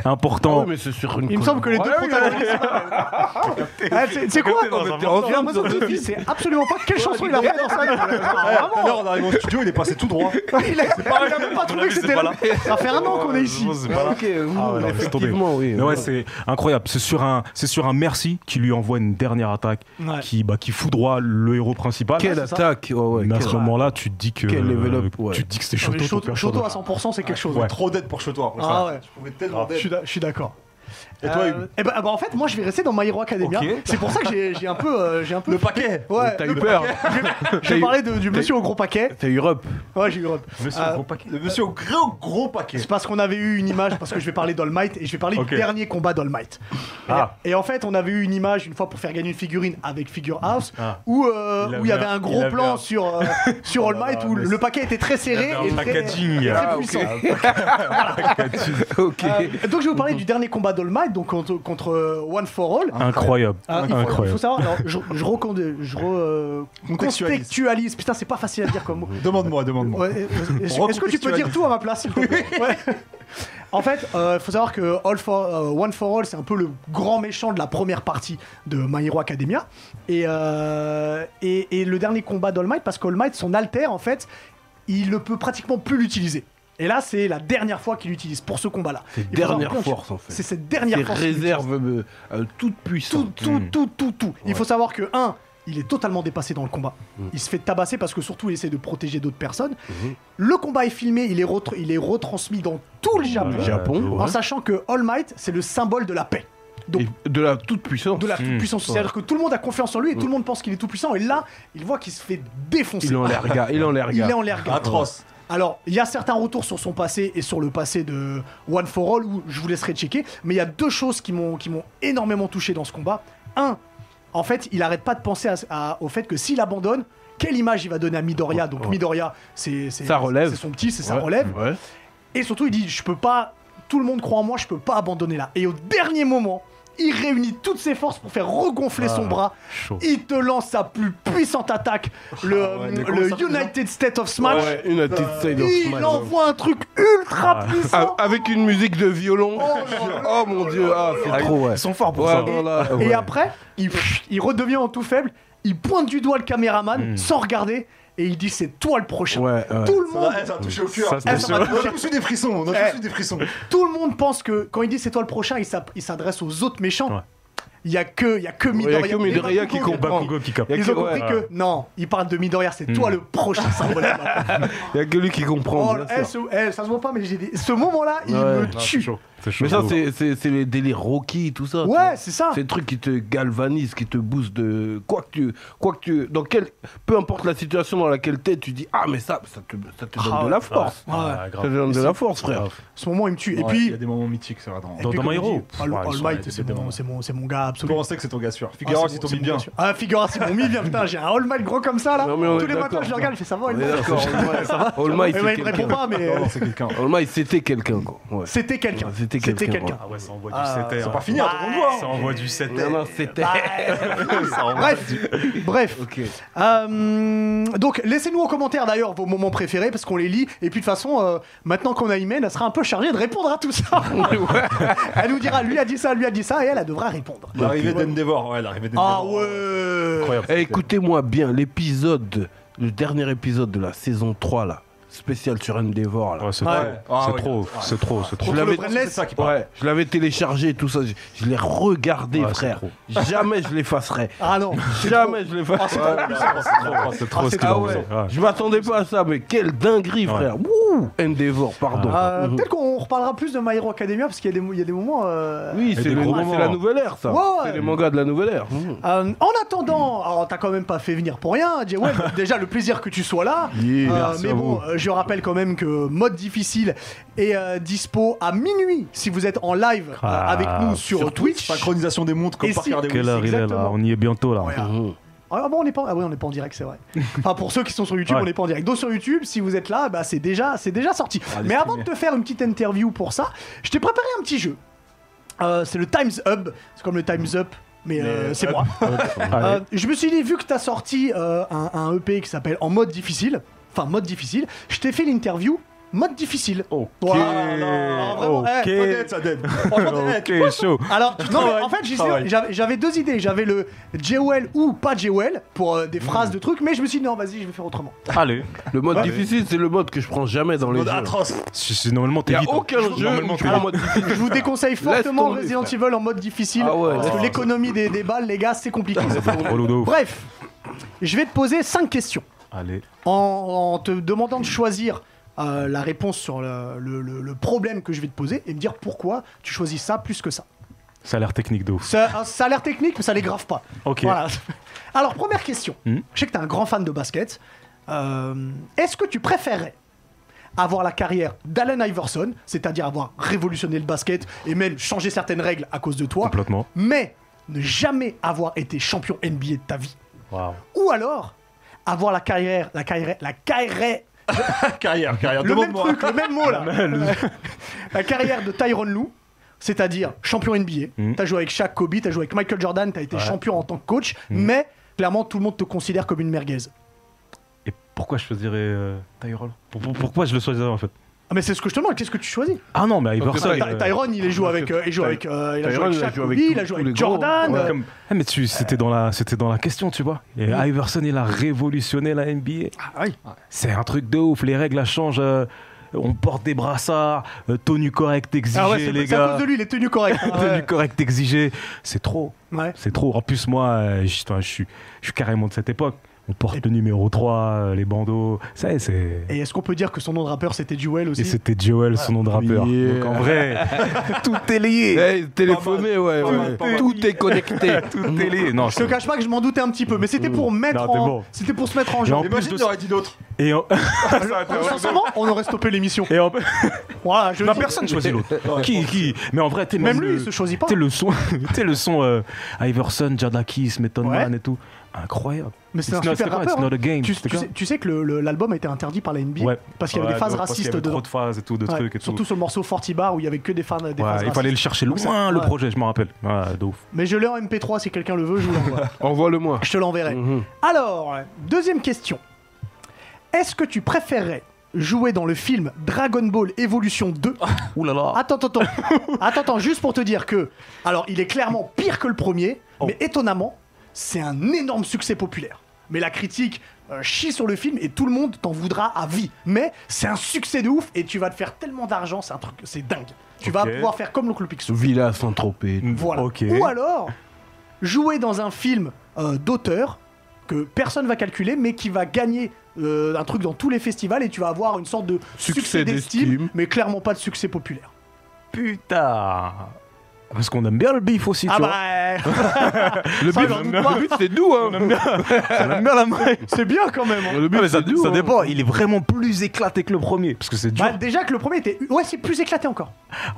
Ah
Important.
oui, mais c'est sur une
Il me semble que les deux
Ouais, oui,
protagonistes. Ah, c'est- C'est quoi
dans un monde.
J'ai l'impression que Sophie, C'est absolument pas quelle chanson il a fait dans sa vie. Ah,
Tout à l'heure, on arrive au studio, il est passé tout droit.
vraiment. Il a il a même pas trouvé que
c'est
c'était
pas
là. Ça fait un an qu'on est ici.
Ok, ouh,
Ah ouais, non, laisse tomber.
effectivement, oui. Ah,
Mais ouais, c'est incroyable. C'est sur un, c'est sur un merci qui lui envoie une dernière attaque,
Ouais.
qui, bah, qui foudroie le héros principal.
Quelle
c'est ça.
attaque ouais, ouais,
Mais à
quelle-
ce moment-là, tu te dis que,
Quel level up, ouais.
tu te dis que c'était
Non, mais
Shoto. ton
Shoto
père
Shoto
Shoto.
à 100%, c'est quelque chose.
Ouais.
Trop dead pour Shoto après
Ah
ça.
ouais.
Je trouvais tellement
Je suis
dead.
d'a- Je suis d'accord.
Et toi,
Euh,
Hugues
eh ben, ah bah, en fait, moi je vais rester dans My Hero Academia.
Ok.
C'est pour ça que j'ai j'ai un peu. euh, j'ai un peu
Le paquet
Ouais,
T'as
le
eu peur.
paquet. Je vais parler de- du monsieur au gros paquet.
T'as eu rep.
Ouais, j'ai eu Europe.
Monsieur
Euh,
au gros paquet. Le monsieur au gros gros paquet.
C'est parce qu'on avait eu une image, parce que je vais parler d'Olmite et je vais parler
Ok.
du dernier combat d'Olmite.
Ah.
Et, et en fait, on avait eu une image une fois pour faire gagner une figurine avec Figure House
Ah.
où euh,
Il
où il y
avait
avait
un-
un
il
gros
avait
plan
un- Oh
sur, euh, sur All Might où
mais
le paquet était très serré
avait un
et très,
packaging.
et très
Ah,
puissant.
Ok.
Euh, donc je vais vous parler du dernier combat d'All Might, donc contre, contre, euh, One for All.
Incroyable.
Ah, il faut- Il faut
Incroyable.
savoir, alors, je, je, recond- je re- euh,
Contextualise.
contextualise. Putain, c'est pas facile à dire comme mot.
Demande-moi, demande-moi.
Ouais, euh, Est-ce est-ce que tu peux dire tout à ma place s'il te plaît Ouais. En fait, il faut savoir que All for, euh, One for All, c'est un peu le grand méchant de la première partie de My Hero Academia. Et, euh, et, et le dernier combat d'All Might, parce qu'All Might, son alter, en fait, il ne peut pratiquement plus l'utiliser. Et là, c'est la dernière fois qu'il l'utilise pour ce combat-là.
C'est
Il faut savoir
dernière
qu'on-
force, en fait.
C'est cette
Tes
dernière force. qu'il utilise
réserves euh, euh,
tout,
toutes puissantes.
tout, tout, tout, tout. Il faut savoir que, un, il est totalement dépassé dans le combat.
Hmm.
Il se fait tabasser parce que surtout il essaie de protéger d'autres personnes. Le combat est filmé, il est, retr- il est retransmis dans tout le Japon,
Mmh.
le Japon,
en
ouais.
sachant que All Might, c'est le symbole de la paix. Donc,
Et de la toute puissance. Mmh.
de la puissance. C'est-à-dire que tout le monde a confiance en lui et tout le monde pense qu'il est tout puissant. Et là, il voit qu'il se fait défoncer.
Hmm. Il en l'air gars. Il en l'air
Il est
gars.
en l'air gars.
Atroce.
Alors, il y a certains retours sur son passé et sur le passé de One for All où je vous laisserai checker, mais il y a deux choses qui m'ont qui m'ont énormément touché dans ce combat. Un, en fait, il arrête pas de penser à- à- au fait que s'il abandonne, quelle image il va donner à Midoriya Donc Midoriya, c'est c'est-
Ça relève.
c'est son petit, c'est sa
Ouais,
relève.
ouais.
Et surtout, il dit je peux pas, tout le monde croit en moi, je peux pas abandonner là. Et au dernier moment, il réunit toutes ses forces pour faire regonfler
Ah,
son bras.
Chaud.
Il te lance sa plus puissante attaque, le,
Oh, ouais, mais comment
le
ça,
United States of Smash.
Ouais, une attitude side of
Il
smile.
envoie un truc ultra
Ouais.
puissant.
Ah, Avec une musique de violon. Oh mon dieu, ah, c'est trop, ouais.
Ils sont forts pour
Ouais,
ah,
ça.
non, là, ouais.
Et après, il, il redevient en tout faible. Il pointe du doigt le caméraman sans regarder et il dit c'est toi le prochain.
Hmm. Ouais, ouais.
Tout le
Ça
monde,
m'a- eh, ça a touché au cœur.
Ça,
Eh, ça m'a
On a tous eu des frissons, on a tous eu des frissons.
tout le monde pense que quand il dit c'est toi le prochain, il s'app- il s'adresse aux autres méchants.
Ouais.
Il y a que il y a que
Il y a
Midoriya,
que
et
Midoriya qui
Bakugo.
Et
comprend.
Bakugo qui capte.
Il y a
Ils ont
que-
compris
ouais.
que non, il parle de Midoriya, c'est toi le prochain symbole.
Il y a que lui qui
Oh,
comprend. bien
eh,
sûr.
ce- eh, ça se voit pas, mais j'ai des- ce moment-là, il
Ouais.
me
Non,
C'est
tue.
chaud. C'est chaud.
Mais ça, c'est- c'est c'est les délires Rocky, tout ça. tu vois.
Ouais, c'est ça.
C'est le truc qui te galvanise, qui te booste de quoi que tu, quoi que tu, dans quel, peu importe la situation dans laquelle t'es, tu dis ah mais ça, ça te, ça te donne
Ah
de
ouais.
la force.
Ah,
Ça te
grave.
donne de la force, frère.
Grave.
Ce moment, il me tue. Et
Ouais,
puis
Il y a des moments mythiques sur Adran.
Et puis,
Dans- My
comme on
Hero.
dit, All,
Ouais,
All
ils sont
Might,
des
c'est
bons.
mon, c'est mon, c'est mon gars absolu.
Comment on sait que c'est ton gars sûr
Ah,
Figaro,
c'est
si
mon-
t'en
c'est
mis
mon
bien.
gars sûr. Ah, Figaro, c'est mon mi bien, putain, j'ai un All Might gros comme ça là.
Non, mais on
Tous
est
les matins,
d'accord.
je le regarde, je fais ça va, All
On est
Might.
d'accord. All
Ouais,
Might,
ouais,
c'est
il me répond
quelqu'un.
pas, mais
Non,
euh,
non, c'est quelqu'un.
All Might, c'était quelqu'un, quoi. Ouais.
c'était quelqu'un.
Ouais, c'était quelqu'un,
Ah ouais, ça envoie du
Ah,
7
c'est
C'est pas fini, attends de voir.
Ça envoie du 7
Non, non, c'était.
Ah, Bref, bref.
Ok.
Euh, donc laissez-nous en commentaire d'ailleurs vos moments préférés parce qu'on les lit et puis de toute façon euh, maintenant qu'on a Imen elle sera un peu chargée de répondre à tout ça. elle nous dira lui a dit ça, lui a dit ça et elle elle devra répondre.
Bah,
L'arrivée d'Endeavor, ouais, l'arrivée
Ah
d'Endeavor.
ouais.
Incroyable.
Eh, Écoutez-moi bien, l'épisode, le dernier épisode de la saison 3 là, spécial sur Endeavor. Là.
Ouais, c'est
Ouais.
trop,
Ah,
c'est
ouais.
trop,
Ah,
c'est trop, c'est trop.
Je
Contre
l'avais-
le Brentless, c'est ça qui parle.
Ouais, je l'avais téléchargé et tout ça. Je, je l'ai regardé,
Ouais, c'est
frère.
trop.
Jamais je l'effacerai.
Ah non,
Jamais je l'effacerai.
Ah,
C'est trop ce
c'est
qu'il
Ah
en
ouais.
faisait. Ouais.
Je m'attendais pas à ça, mais quelle dinguerie,
Ouais. Ah,
frère. Wouh Endeavor, pardon. Ah, mmh.
Euh, peut-être qu'on reparlera plus de My Hero Academia parce qu'il y, a des mo- il y a des moments. euh,
Oui,
Et
c'est
des
les-
gros
c'est
moments.
la nouvelle ère, ça.
Ouais, ouais.
C'est les mangas de la nouvelle ère. Mmh.
Euh, en attendant, alors t'as quand même pas fait venir pour rien, Jay Webb. déjà le plaisir que tu sois là.
Yeah,
Euh,
merci
mais
à
bon,
vous.
euh, je rappelle quand même que mode difficile est euh, dispo à minuit si vous êtes en live euh,
Ah,
avec nous sur, Twitch.
Synchronisation des montres
Et
comme par
si-
Parker
Quelle
Lewis.
heure il est là
exactement.
On y est bientôt là.
Ouais,
Mmh.
ah. Ah bon, on n'est pas, ah oui, on n'est pas en direct, c'est vrai. Enfin, pour ceux qui sont sur YouTube,
Ouais.
on n'est pas en direct. Donc sur YouTube, si vous êtes là, bah, c'est déjà, c'est déjà sorti.
Ah,
Allez,
Mais avant de
streamer.
te faire une petite interview pour ça, je t'ai préparé un petit jeu. Euh, c'est le Times Up. C'est comme le Times Up, mais, euh, c'est moi. Euh,
Allez.
je me suis dit, vu que t'as sorti euh, un, un EP qui s'appelle En mode difficile, enfin mode difficile, je t'ai fait l'interview mode difficile.
Oh,
Ok.
Voilà, non, vraiment,
Ok.
eh,
Honnête, ça dead.
oh.
Franchement, honnête.
Ok, chaud.
Alors, non, mais en
travailles,
fait,
tu
j'étais-
travailles.
j'avais j'avais deux idées. J'avais le JOL ou pas JOL pour
Mm.
euh, des phrases de trucs, mais je me suis dit, non, vas-y, je vais faire autrement.
Allez.
Le mode
Ouais.
difficile, c'est le mode que je prends jamais dans les
Mode
jeux.
atroce.
C'est- c'est- Normalement,
Il
t'es
n'y
vite.
a
hein.
aucun jeu
Normalement,
où tu prends
t'es
en
vite.
mode difficile.
Je vous déconseille fortement
tomber,
Resident Evil en mode difficile.
Ah ouais,
parce que
laisse
l'économie des, des balles, les gars, c'est compliqué.
Relou de ouf.
Bref, je vais te poser cinq questions
Allez.
en, en te demandant de choisir euh, la réponse sur le, le- le- le problème que je vais te poser et me dire pourquoi tu choisis ça plus que ça.
Ça a l'air technique de ouf.
Ça, euh, ça a l'air technique, mais ça les grave pas.
Ok.
Voilà. Alors, première question.
Hmm.
Je sais que tu es un grand fan de basket. Euh, Est-ce que tu préférerais avoir la carrière d'Allen Iverson, c'est-à-dire avoir révolutionné le basket et même changé certaines règles à cause de toi,
Complètement.
mais ne jamais avoir été champion NBA de ta vie
Waouh.
Ou alors avoir la carrière, la carrière, la carrière,
Carrière, carrière.
le même
Demande-moi.
truc, le même mot là La carrière de Tyron Lou, c'est-à-dire champion NBA.
Mm.
T'as joué avec Shaq, Kobe, t'as joué avec Michael Jordan, t'as été
Ouais.
champion en tant que coach, mais clairement tout le monde te considère comme une merguez.
Et pourquoi je choisirais euh, Tyrell Pour- pour- Pourquoi je le choisirais en fait
Ah mais c'est ce que je te demande, qu'est-ce que tu choisis
Ah non, mais
Ty-
Iverson. euh,
Tyron, il est joué avec, euh, il joue
Ty-
avec, euh, il a joué
Tyron,
avec
il a
Shaq,
joué
Kobe,
avec
il a joué
tous- tous
avec
les gros.
Jordan.
Ouais,
euh,
comme- Eh, mais tu, c'était dans la, c'était dans la question, tu vois. Et Iverson, il a révolutionné la NBA. C'est un truc de ouf. Les règles, elles changent. euh, on porte des brassards, euh, tenue correcte exigée,
Ah ouais, c'est
les
c'est à
gars.
cause de lui, il est tenu correct. hein,
Tenue
ouais.
correcte exigée. C'est trop.
Ouais.
C'est trop. En plus, moi, euh, je enfin, je suis, je suis carrément de cette époque. On porte le numéro 3, euh, les bandeaux. Ça, y est, c'est.
Et est-ce qu'on peut dire que son nom de rappeur c'était Duel
Et
aussi
c'était Joel, son nom de rappeur.
Yeah.
Donc en vrai, tout est lié.
Hey, téléphoner, ouais, ouais.
pas mal.
Tout est connecté.
Tout est lié. Non,
Je te
c'est-
cache pas que je m'en doutais un petit peu, mais c'était pour mettre
Non, t'es
en-
bon.
c'était pour se mettre en
Et
jeu.
en
Mais
plus
Imagine,
de
il aurait dit d'autres.
et en-
sincèrement, on aurait stoppé l'émission.
et en-
Voilà, je
Non,
dis-
personne choisit l'autre. Qui, qui Mais en vrai, t'es
Même lui,
le-
il se choisit pas.
T'es le son, t'es le son euh, Iverson, Jadakis, Method
Ouais.
Man et tout. Incroyable.
Mais c'est
It's
un
not-
super
c'est quoi,
rappeur.
it's not a
hein.
game,
Tu,
c'était
tu
quoi
sais, tu sais que le- le- l'album a été interdit par la NBA
Ouais.
parce qu'il y avait
Ouais,
des phases
parce qu'il
racistes
y avait
dedans.
Trop de phases et tout, de
Ouais.
trucs et tout.
Surtout sur le morceau 40 bar où il y avait que des fans des
Ouais,
phases
il fallait
racistes.
le chercher
Donc ça-
loin, le
ouais.
projet, je m'en rappelle. Ouais, de ouf.
Mais je l'ai en MP3 si quelqu'un le veut, je vous l'envoie.
Envoie-le-moi.
je te l'enverrai.
Mhm.
Alors, deuxième question. Est-ce que tu préférerais jouer dans le film Dragon Ball Evolution 2
Ouh là là.
Attends, attends, attends. attends, attends, juste pour te dire que. Alors, il est clairement pire que le premier, mais étonnamment, c'est un énorme succès populaire. Mais la critique euh, chie sur le film et tout le monde t'en voudra à vie. Mais c'est un succès de ouf et tu vas te faire tellement d'argent, c'est un truc, c'est dingue. Tu vas
Ok.
pouvoir faire comme l'oncle Picsou.
Villa Saint-Tropez.
Voilà.
Ok.
Ou alors, jouer dans un film euh, d'auteur que personne va calculer, mais qui va gagner euh, un truc dans tous les festivals et tu vas avoir une sorte de
Succès
succès, d'estime,
d'estime.
mais clairement pas de succès populaire.
Putain. Parce qu'on aime bien le beef aussi,
Ah
tu
bah.
Le
Ça,
but,
j'en doute pas.
le but, c'est nous, hein.
vois. On aime bien la maille.
C'est bien quand même. hein.
Le but,
Ah, mais ça,
c'est nous,
ça
hein.
dépend, il est vraiment plus éclaté que le premier. Parce que c'est dur.
Bah, déjà que le premier était. Ouais, c'est plus éclaté encore.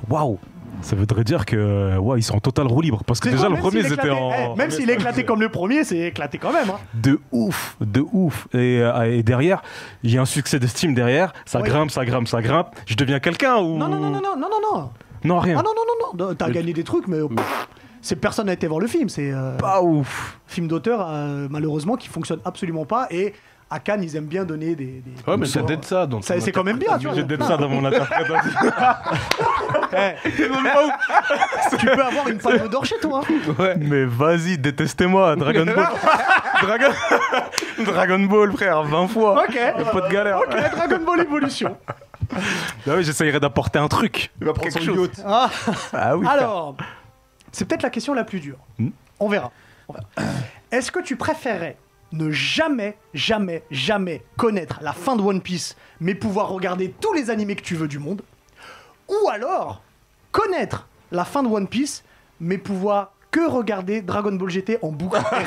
Waouh. Ça voudrait dire que ouais, ils sont en total roue libre. Parce que
C'est
déjà,
sûr,
le
même
premier,
s'il
ils étaient
éclatait-
en. Eh,
eh, même s'il est éclaté comme le premier, c'est éclaté quand même. hein.
De ouf, de ouf. Et, euh, et derrière, il y a un succès d'estime derrière. Ça
Ouais.
grimpe, ça grimpe, ça grimpe. Je deviens quelqu'un ou.
Non, non, non, non, non, non, non, non.
Non, rien.
Ah non, non, non, non. T'as gagné des trucs, mais. pff, C'est personne n'a été voir le film. C'est euh,
Pas ouf.
film d'auteur euh, malheureusement qui fonctionne absolument pas. Et à Cannes, ils aiment bien donner des. des-
Ouais, mais
des
ça
sorts.
d'être ça. dans
Ça,
ton
c'est quand même bien, tu vois.
J'ai d'être ça dans mon interprétation.
Eh. Tu peux avoir une palme d'or chez toi. hein.
Mais vas-y, détestez-moi, Dragon Ball. Dragon... Dragon Ball, frère, 20 fois.
Ok.
Y a pas de galère.
Ok, Dragon Ball Evolution.
Bah oui, j'essayerai d'apporter un truc.
Il va prendre
Quelque
son
chose.
yacht.
Ah,
Ah oui. frère.
alors, c'est peut-être la question la plus dure.
Hmm.
On verra. On verra. Est-ce que tu préférerais ne jamais, jamais, jamais connaître la fin de One Piece, mais pouvoir regarder tous les animés que tu veux du monde Ou alors connaître la fin de One Piece, mais pouvoir que regarder Dragon Ball GT en boucle
Ah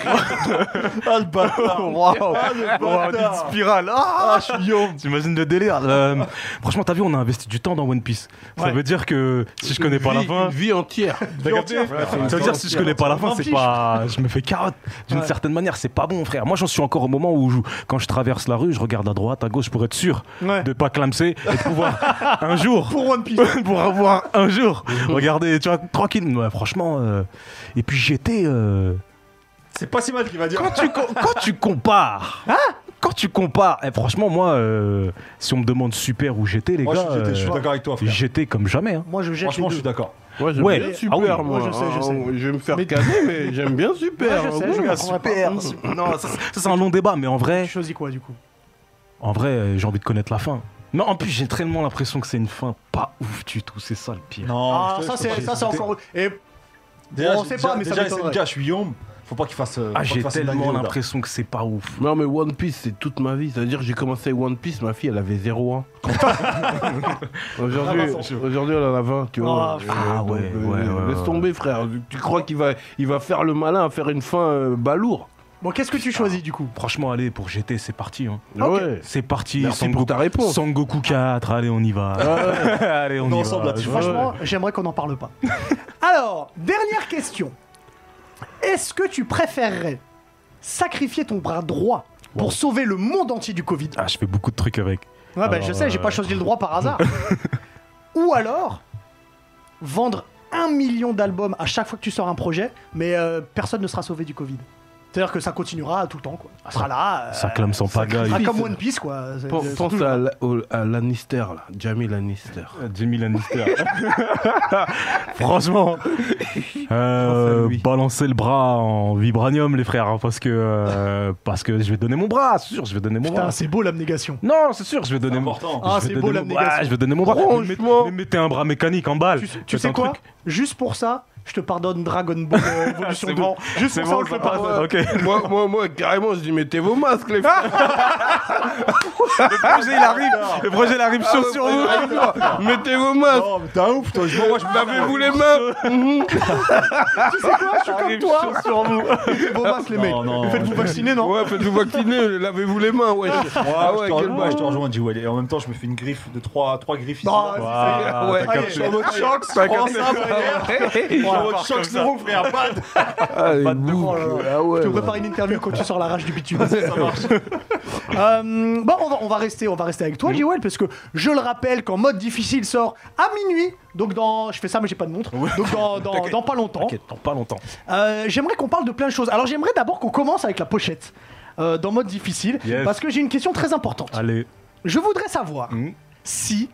le bâtard
Waouh, Waouh,
bâtard.
petite spirale. Ah, je suis yo. T'imagines le délire. là. Euh, franchement, t'as vu, on a investi du temps dans One Piece. Ça
Ouais.
veut dire que si je connais pas la
Vie-
fin,
Une vie entière.
T'as capté Ça veut dire si je connais pas la fin,
m'en
c'est
fiche.
pas. Je me fais carotte. D'une
Ouais.
certaine manière, c'est pas bon, frère. Moi, j'en suis encore au moment où, je- quand je traverse la rue, je regarde à droite, à gauche pour être sûr
Ouais.
de pas clamser et de pouvoir un jour,
pour One Piece.
pour avoir un jour, regardez, tu vois, tranquille. Ouais, franchement. euh, Et puis j'étais. euh,
C'est pas si mal qu'il va dire.
Quand tu co- quand tu compares. quand tu compares, eh, franchement, moi, euh, si on me demande super où j'étais, les
Moi je
gars,
suis- j'étais- je suis
euh,
d'accord avec toi frère.
j'étais comme jamais. hein.
Moi, je jette
Franchement
les
je
deux.
suis d'accord.
Moi, j'aime
Ouais.
bien
Ah oui,
super,
moi,
moi.
je sais, je sais.
Ah, vais me faire
Mais-
casser, mais j'aime bien super.
Ouais, je sais,
hein,
je
oui.
Ah,
comprends. comprendrais pas.
Non, ça, ça, c'est un long débat, mais en vrai,
Tu choisis quoi du coup
En vrai, euh, j'ai envie de connaître la fin. Non, en plus, j'ai tellement l'impression que c'est une fin pas ouf du tout, c'est ça le pire.
Non,
Ah,
je te-
ça,
je te
c'est
prie.
ça, c'est encore. Et
Déjà,
on
je-
sait
déjà-
pas, mais ça
déjà,
m'étonnerait.
c'est le gars, je suis Yom. Faut pas qu'il fasse. euh, faut
Ah,
pas
j'ai
qu'il fasse une dinguerie,
tellement
là.
l'impression que c'est pas ouf.
Non mais One Piece c'est toute ma vie, c'est-à-dire j'ai commencé One Piece, ma fille elle avait 0 ans. aujourd'hui, aujourd'hui elle en a 20, tu vois.
Oh,
Euh,
ah,
donc,
ouais,
euh,
ouais, ouais, ouais.
Laisse tomber frère, tu crois qu'il va, il va faire le malin à faire une fin euh, balourd
bon, qu'est-ce que tu choisis du coup
Franchement, allez, pour GT, c'est parti. hein.
Ok.
Ouais.
C'est parti.
Merci
Sangoku-
pour ta réponse.
Sangoku 4, allez, on y va. allez, on,
On est
y
ensemble
va.
là-dessus.
Ouais.
Franchement, j'aimerais qu'on n'en parle pas. Alors, dernière question. Est-ce que tu préférerais sacrifier ton bras droit pour sauver le monde entier du Covid
Ah, je fais beaucoup de trucs avec.
Ouais, bah, je
alors,
sais, j'ai
euh,
pas choisi le droit par hasard. Ou alors, vendre un million d'albums à chaque fois que tu sors un projet, mais euh, personne ne sera sauvé du Covid. C'est-à-dire que ça continuera tout le temps, quoi. Ça sera là. euh,
Ça clame sans pagaille.
sera comme One Piece, quoi. C'est-
Pense,
c'est
pense
toujours-
à, la- au- à Lannister là, Jamie Lannister.
Jimmy Lannister. Franchement, euh,
Pense à lui.
balancer le bras en vibranium, les frères, hein, parce que euh, parce que je vais donner mon bras, c'est sûr, je vais donner mon bras.
Putain, c'est beau l'abnégation.
Non, c'est sûr, je vais donner mon
important.
Ah,
Je vais
c'est beau
donner mon-
l'abnégation.
Ouais, je vais donner mon bras.
Franchement.
Mais mettez- mais mettez un bras mécanique en balle.
Tu, sais- tu
Faites un
sais quoi
truc.
Juste pour ça, je te pardonne Dragon Ball euh, Evolution 2. Juste
C'est
pour ça,
bon,
on te
je
le
le pardonne.
pardonne.
Ok.
Ah, moi, moi, moi carrément je dis mettez vos masques les frères.
Le projet, il arrive. Le projet, il arrive chaud sur vous.
mettez vos masques.
Non, mais t'es un ouf, toi. Je moi, je me
Lavez-vous les mains Mhm.
Je suis comme toi.
sur vous.
Vos masques, les mecs.
Non, non,
Faites-vous
je-
vacciner, non
Ouais, faites-vous vacciner, lavez-vous les mains, wesh. ah
je te
ouais, quel
rejoins,
mal.
je te rejoins, Jewel. Et en même temps, je me fais une griffe de 3 trois griffes ici.
Non,
là.
Ah,
Ouais,
t'as
allez,
capté.
sur votre
choc,
T'as
prends
capté.
ça, frère. Prends votre choc, c'est bon, frère. Bad.
Ah, les
Pas de
boucs. Ah ouais.
Je te
ouais.
prépare une interview quand tu sors la rage du bitume. ça marche. bon, on va, on va rester, on va rester avec toi, Jewel, parce que je le rappelle qu'en mode difficile sort à minuit. Donc dans, je fais ça, mais j'ai pas de montre. Donc dans, dans, dans pas longtemps.
T'inquiète, dans pas longtemps.
Euh, j'aimerais qu'on parle de plein de choses. Alors j'aimerais d'abord qu'on commence avec la pochette. euh, dans mode difficile,
Yes.
parce que j'ai une question très importante.
Allez.
Je voudrais savoir
Mhm.
si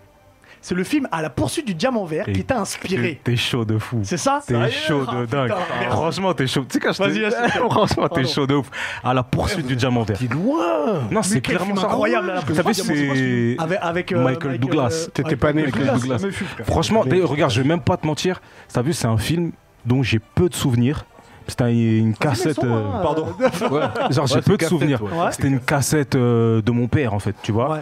c'est le film À la poursuite du diamant vert
Et
qui t'a inspiré.
T'es chaud de fou.
C'est ça Ah,
T'es chaud de dingue. Ah. Franchement, t'es chaud. Tu sais quand je
Vas-y, vas-y.
te Franchement, t'es
Pardon.
chaud de ouf. À la poursuite du diamant vert.
T'es loin.
Non, c'est
quel
clairement
film
ça.
incroyable, à la
Vous
poursuite
savez,
du diamant,
c'est
Avec, avec, euh,
Michael
Mike,
Douglas.
euh,
T'étais
avec
pas né,
Michael
Michael
Douglas.
Douglas.
Ça me fume, frère.
Franchement, d'ailleurs, regarde, je vais même pas te mentir. T'as vu, c'est un film dont j'ai peu de souvenirs. C'était un- une cassette.
sont,
euh,
hein,
Pardon.
Genre, j'ai
Ouais, c'est
peu de
cassette,
souvenirs.
ouais.
Ouais.
C'était une cassette euh, de mon père, en fait, tu vois.
Ouais.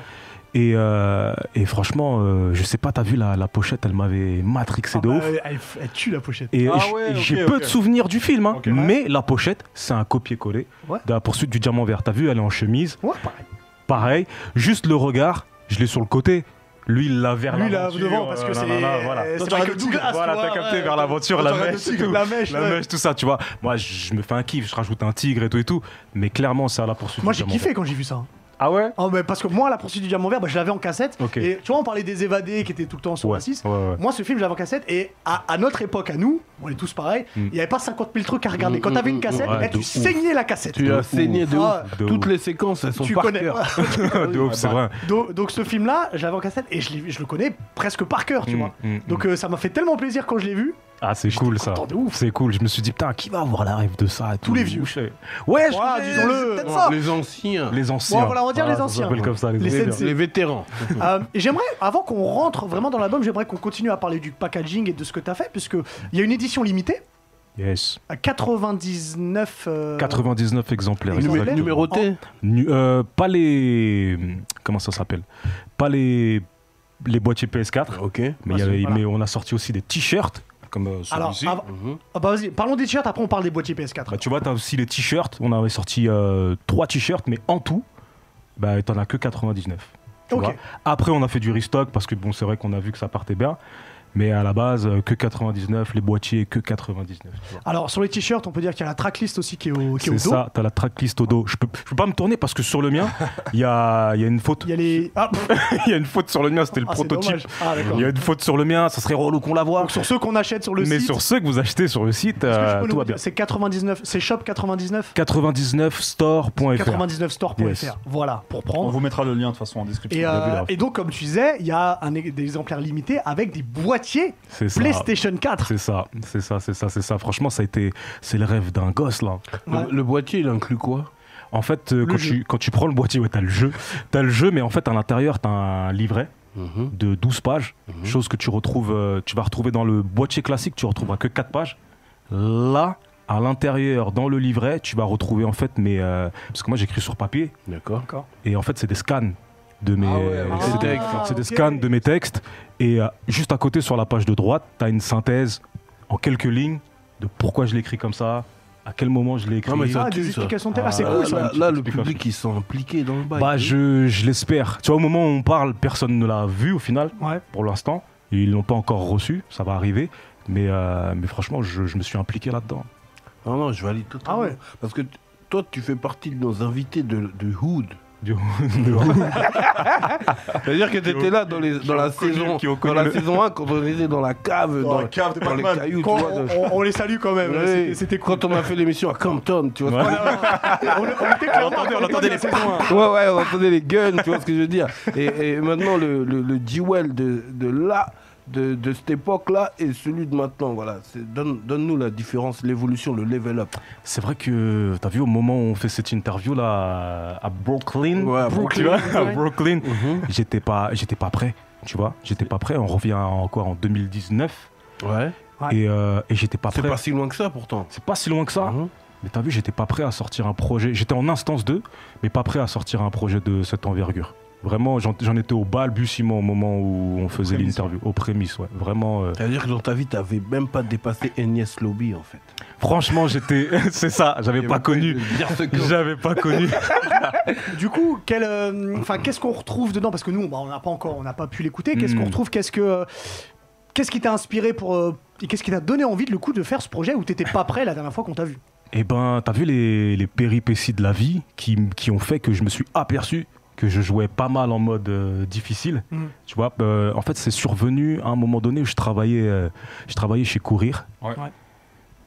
Et, euh, et franchement, euh, je sais pas, t'as vu la, la pochette, elle m'avait matrixé
Ah
de
bah,
ouf.
elle- Elle, elle tue la pochette.
Et
Ah
j-
ouais,
et
ok,
j'ai peu
ok.
de souvenirs du film, hein.
Ok.
mais la pochette, c'est un copier-coller
Ouais.
de la poursuite du diamant vert. T'as vu, elle est en chemise,
Ouais, pareil.
pareil, juste le regard, je l'ai sur le côté. Lui, il l'a vers
Lui là
l'aventure,
devant parce que
euh,
c'est
nanana, voilà.
c'est
Dans
Michael
le
Douglas.
Voilà,
tu
t'as
vois,
capté
ouais.
vers l'aventure,
Dans
la
le
mèche,
tigre.
tout.
La mèche,
la
ouais.
mèche, tout ça, tu vois. Moi, je je me fais un kiff, je rajoute un tigre et tout et tout. Mais clairement, c'est à la poursuite.
Moi
du
j'ai
diamant
kiffé quand j'ai vu ça.
vert. Ah ouais
Ah, mais parce que moi, La poursuite du diamant vert, bah, je l'avais en cassette.
Ok.
Et tu vois, on parlait des évadés qui étaient tout le temps sur
Ouais,
la 6.
ouais, ouais.
Moi, ce film, je l'avais en cassette. Et à, à notre époque, à nous, on est tous pareils, il
Mm.
n'y avait pas 50 000 trucs à regarder.
Mm,
Quand t'avais
mm,
une cassette,
mm, ouais,
eh, tu
de ouf.
saignais la cassette.
Tu as saigné de
Ah,
ouf.
de
Toutes
ouf.
les séquences, elles sont
Tu
par
connais.
cœur.
de ouf, c'est vrai.
donc, donc ce film-là, je l'avais en cassette et je, l'ai- je le connais presque par cœur, tu
Mm,
vois.
mm,
Donc euh, ça m'a fait tellement plaisir quand je l'ai vu.
Ah, c'est cool ça.
content de ouf.
C'est cool. Je me suis dit, putain, qui va avoir la rêve de ça et tout
Tous les vieux.
Je sais. Ouais, je
Voilà,
connais,
disons-le.
c'est peut-être
Bon,
ça.
les anciens. Ah,
Les anciens.
Bon, voilà, on va dire les
Ah, ça
anciens.
s'appelle comme ça, les,
Les
anciens.
sensei.
Les vétérans.
Euh, j'aimerais, avant qu'on rentre vraiment dans l'album, j'aimerais qu'on continue à parler du packaging et de ce que t'as fait, puisque il y a une édition limitée
Yes.
à 99. euh,
99 exemplaires.
Numé-
exactement.
Numéroté
Nu- euh, pas les. Comment ça s'appelle Pas les. Les boîtiers PS4.
Ok.
Mais, il y avait-
Voilà.
mais on a sorti aussi des t-shirts. Comme euh,
Alors,
celui-ci.
av-
Mhm.
ah bah vas-y, parlons des t-shirts, après on parle des boîtiers
Bah,
PS4.
tu vois, t'as aussi les t-shirts. On avait sorti euh, trois t-shirts, mais en tout, bah, t'en as que 99. tu
Ok.
vois. Après, on a fait du restock parce que bon, c'est vrai qu'on a vu que ça partait bien. Mais à la base, euh, que 99, les boîtiers, que 99. tu vois.
Alors, sur les t-shirts, on peut dire qu'il y a la tracklist aussi qui est au, qui est au
C'est
dos.
ça, t'as la tracklist au dos. Je peux, je peux pas me tourner parce que sur le mien, il y a, il y a une faute.
Il y a les. Ah, pff,
Il y a une faute sur le mien, c'était le
ah, c'est
prototype.
dommage. Ah, d'accord.
Il y a une faute sur le mien, ça serait relou qu'on la voit.
Donc, sur ceux qu'on achète sur le
Mais
site.
sur ceux que vous achetez sur le site,
est-ce que tu
euh,
peux
tout
nous
va bien.
dire- C'est 99, c'est shop99
99store.fr.
99store.fr.
Yes.
Voilà, pour
On
prendre.
vous mettra le lien de toute façon en description.
Et,
On a vu
euh,
la-
et donc, comme tu disais, il y a un, e- des exemplaires limités avec des boîtiers
C'est ça.
PlayStation 4.
C'est ça, c'est ça, c'est ça, c'est ça. Franchement, ça a été, c'est le rêve d'un gosse là.
Ouais.
Le, le boîtier, il inclut quoi
En fait, euh, quand
jeu.
tu, quand tu prends le boîtier, ouais, t'as le jeu, t'as le jeu, mais en fait, à l'intérieur, t'as un livret
Mhm.
de 12 pages, chose que tu retrouves, euh, tu vas retrouver dans le boîtier classique, tu retrouveras que 4 pages. Là, à l'intérieur, dans le livret, tu vas retrouver en fait mes, euh, parce que moi j'écris sur papier,
D'accord.
et en fait, c'est des scans de mes,
Ah ouais,
c'est
ah,
des-
textes.
c'est des
ok.
scans de mes textes. Et euh, juste à côté, sur la page de droite, tu as une synthèse en quelques lignes de pourquoi je l'écris comme ça, à quel moment je l'ai écrit.
Non, mais ça-
Ah, des
tue,
explications de texte. Ah, c'est
Ah,
cool
là,
ça.
là,
tu
là, le
t'expliques
public, ils sont impliqués dans le bail.
Bah, je, je l'espère. Tu vois, au moment où on parle, personne ne l'a vu au final,
Ouais.
pour l'instant. Ils l'ont pas encore reçu, ça va arriver. Mais, euh, mais franchement, je, je me suis impliqué là-dedans.
Non, non, je valide totalement.
Ah ouais.
Parce que t- toi, tu fais partie de nos invités de, de Hood.
Du-
Ah, C'est-à-dire que tu étais là dans, les, dans la saison
qui ont
dans
connu
la
le-
saison 1 quand on était dans la cave, dans,
Dans la cave de
dans les
Pac-Man.
cailloux, tu
Qu'on-
vois.
on,
de-
on- on les salue quand même.
Ouais,
C'était- C'était cool.
quand on a fait l'émission à Compton, tu vois.
Ouais.
on, on était clairement-
entendait- on
était
entendait
dans
les
la saison
Ouais, ouais, on entendait les guns, tu vois ce que je veux dire. Et, et maintenant, le, le, le G-Well de, de là, de, de cette époque-là, et celui de maintenant, voilà. C'est- donne- Donne-nous la différence, l'évolution, le level up.
C'est vrai que, t'as vu, au moment où on fait cette interview là à Brooklyn,
Ouais, à
tu
Brooklyn,
vois, à Brooklyn,
Mm-hmm.
j'étais pas, j'étais pas prêt, tu vois, j'étais pas prêt. On revient en quoi, en 2019,
Ouais.
Ouais.
et, euh, et j'étais pas
C'est
prêt.
pas si loin que ça pourtant.
C'est pas si loin que ça.
Mhm.
Mais t'as vu, j'étais pas prêt à sortir un projet. J'étais en instance 2, mais pas prêt à sortir un projet de cette envergure. Vraiment, j'en j'en étais au balbutiement au moment où on faisait
prémices,
l'interview, aux prémices, ouais. Vraiment. euh,
C'est-à-dire que dans ta vie, t'avais même pas dépassé Agnès Lobby en fait.
Franchement, j'étais. C'est ça, j'avais pas connu.
Dire ce que-
J'avais pas connu.
Du coup, quel, euh, enfin, qu'est-ce qu'on retrouve dedans Parce que nous, bah, on n'a pas encore, on n'a pas pu l'écouter. Qu'est-ce qu'on
Mm.
retrouve Qu'est-ce que, euh, qu'est-ce qui t'a inspiré pour euh, et qu'est-ce qui t'a donné envie de le coup de faire ce projet où t'étais pas prêt la dernière fois qu'on t'a vu
Eh ben, t'as vu les, les péripéties de la vie qui, m- qui ont fait que je me suis aperçu que je jouais pas mal en mode euh, difficile.
Mhm.
Tu vois, euh, en fait, c'est survenu à un moment donné où je travaillais, euh, je travaillais chez Courir.
Ouais.
Ouais.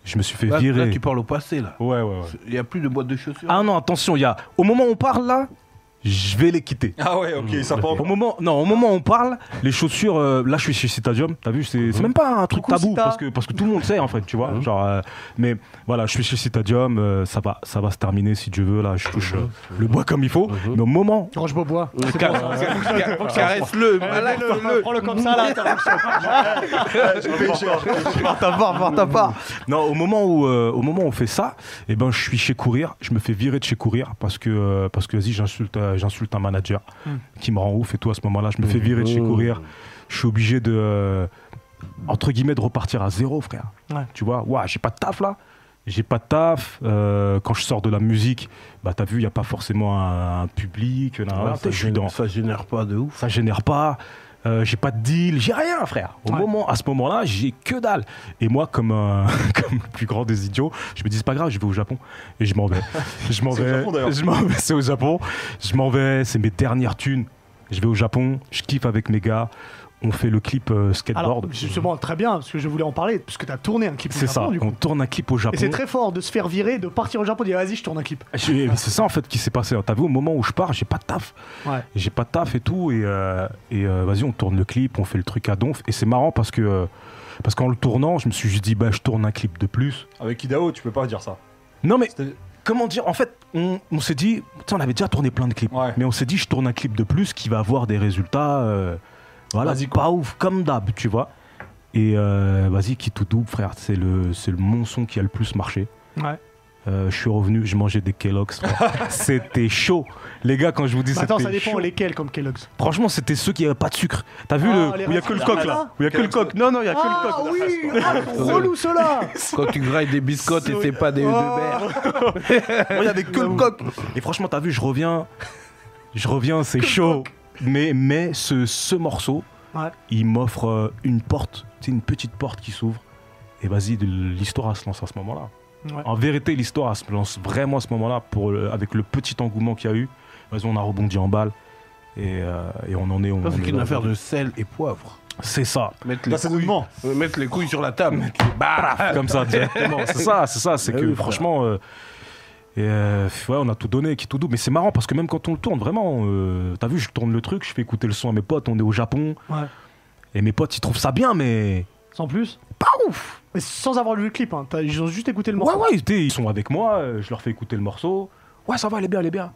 Je me suis fait
Là,
virer.
là, tu parles au passé là.
Ouais, ouais, ouais.
Il n'y a plus de boîte de chaussures.
Ah non, attention, il y a. Au moment où on parle là, je vais les quitter.
Ah ouais, ok, ça part.
Au moment, non, au moment où on parle, les chaussures, euh, là je suis chez Citadium, t'as vu, c'est c'est même pas un truc
Coucou,
tabou
Cita.
parce que, parce que tout le monde sait en fait, tu vois. Genre, euh, mais voilà, je suis chez Citadium, euh, ça, va, ça va se terminer si Dieu veut, là je touche euh, le bois comme il faut. Mais au moment,
Georges Beaubois.
Caresse-le, malaxe-le.
Prends-le comme ça là. Par ta part, par ta part.
non, au moment où, euh, au moment où on fait ça, eh ben, je suis chez Courir, je me fais virer de chez Courir parce que, euh, parce que vas-y, j'insulte euh, j'insulte un manager qui me rend ouf et tout à ce moment-là, je me fais virer de chez Courir. Je suis obligé de, euh, entre guillemets, de repartir à zéro, frère.
Ouais.
Tu vois, ouah, j'ai pas de taf là. J'ai pas de taf. euh, quand je sors de la musique, bah t'as vu, il y a pas forcément un, un public. nan, nan, nan.
Ah, ça,
je suis dans.
génère, ça génère pas de ouf.
Ça génère pas. euh, j'ai pas de deal, j'ai rien, frère. Au
Ouais.
moment, à ce moment-là, j'ai que dalle. Et moi, comme, un- comme le plus grand des idiots, je me dis c'est pas grave, je vais au Japon et je m'en vais. Je m'en
C'est au
vais.
Japon, d'ailleurs.
Je m'en vais. C'est au Japon. Je m'en vais. C'est mes dernières thunes. Je vais au Japon. Je kiffe avec mes gars. on fait le clip euh, skateboard.
Alors, justement, très bien, parce que je voulais en parler, parce que t'as tourné un clip au
c'est ça,
Japon, du
on
coup.
tourne un clip au Japon.
Et c'est très fort de se faire virer, de partir au Japon, de dire vas-y, je tourne un clip.
Je- mais C'est ça en fait qui s'est passé. T'as vu au moment où je pars, j'ai pas de taf.
Ouais.
J'ai pas de taf et tout. Et, euh, et, euh, vas-y, on tourne le clip, on fait le truc à donf. Et c'est marrant parce que euh, parce qu'en le tournant, je me suis juste dit bah je tourne un clip de plus.
Avec Idao, tu peux pas dire ça.
Non mais
C'était-
comment dire En fait, on, on s'est dit putain, on avait déjà tourné plein de clips,
Ouais.
mais on s'est dit je tourne un clip de plus qui va avoir des résultats. euh, voilà,
Vas-y, quoi.
pas ouf comme d'hab, tu vois. Et euh, vas-y, qui tout double, frère. C'est le c'est le mon son qui a le plus marché.
Ouais.
Euh, je suis revenu, je mangeais des Kellogg's. frère. c'était chaud. Les gars, quand je vous dis
Bah,
c'était
attends, ça dépend
chaud,
lesquels comme Kellogg's.
franchement, c'était ceux qui n'avaient pas de sucre. T'as vu
Ah,
le...
les
Où il n'y a que le
restes-
coq
là
là Où il n'y a que le coq. Non, non, il n'y a que le coq.
Ah oui, ah, relou ceux-là
Quand tu grailles des biscottes et c'est pas des œufs de
Oh.
berre.
Il n'y avait que le coq. Et franchement, t'as vu, je reviens. Je reviens, c'est chaud. Mais, mais ce, ce morceau,
Ouais.
il m'offre euh, une porte, tu sais, une petite porte qui s'ouvre. Et vas-y, de- l'histoire elle se lance à ce moment-là.
Ouais.
En vérité, l'histoire elle se lance vraiment à ce moment-là pour le- avec le petit engouement qu'il y a eu. Vas-y, on a rebondi en balle. Et, euh, et on en est. on
Ça,
en
C'est
est
qu'une
là.
affaire de sel et poivre.
C'est ça.
Bah,
Mettre
Là,
les,
ça nous
couilles,
ment.
euh, mettre les couilles sur la table.
Paf, comme ça directement. Bah. C'est ça, c'est ça, c'est
Ah
que
oui, frère.
franchement, euh, et, euh, ouais, on a tout donné, qui tout double. Mais c'est marrant parce que même quand on le tourne, vraiment, euh, t'as vu, je tourne le truc, je fais écouter le son à mes potes, on est au Japon,
Ouais.
et mes potes ils trouvent ça bien, mais
Sans plus
pas ouf.
Mais sans avoir lu le clip, hein. t'as- ils ont juste écouté le
Ouais,
morceau.
ouais, ils, étaient- ils sont avec moi, euh, je leur fais écouter le morceau. Ouais, ça va, elle est bien, elle est bien.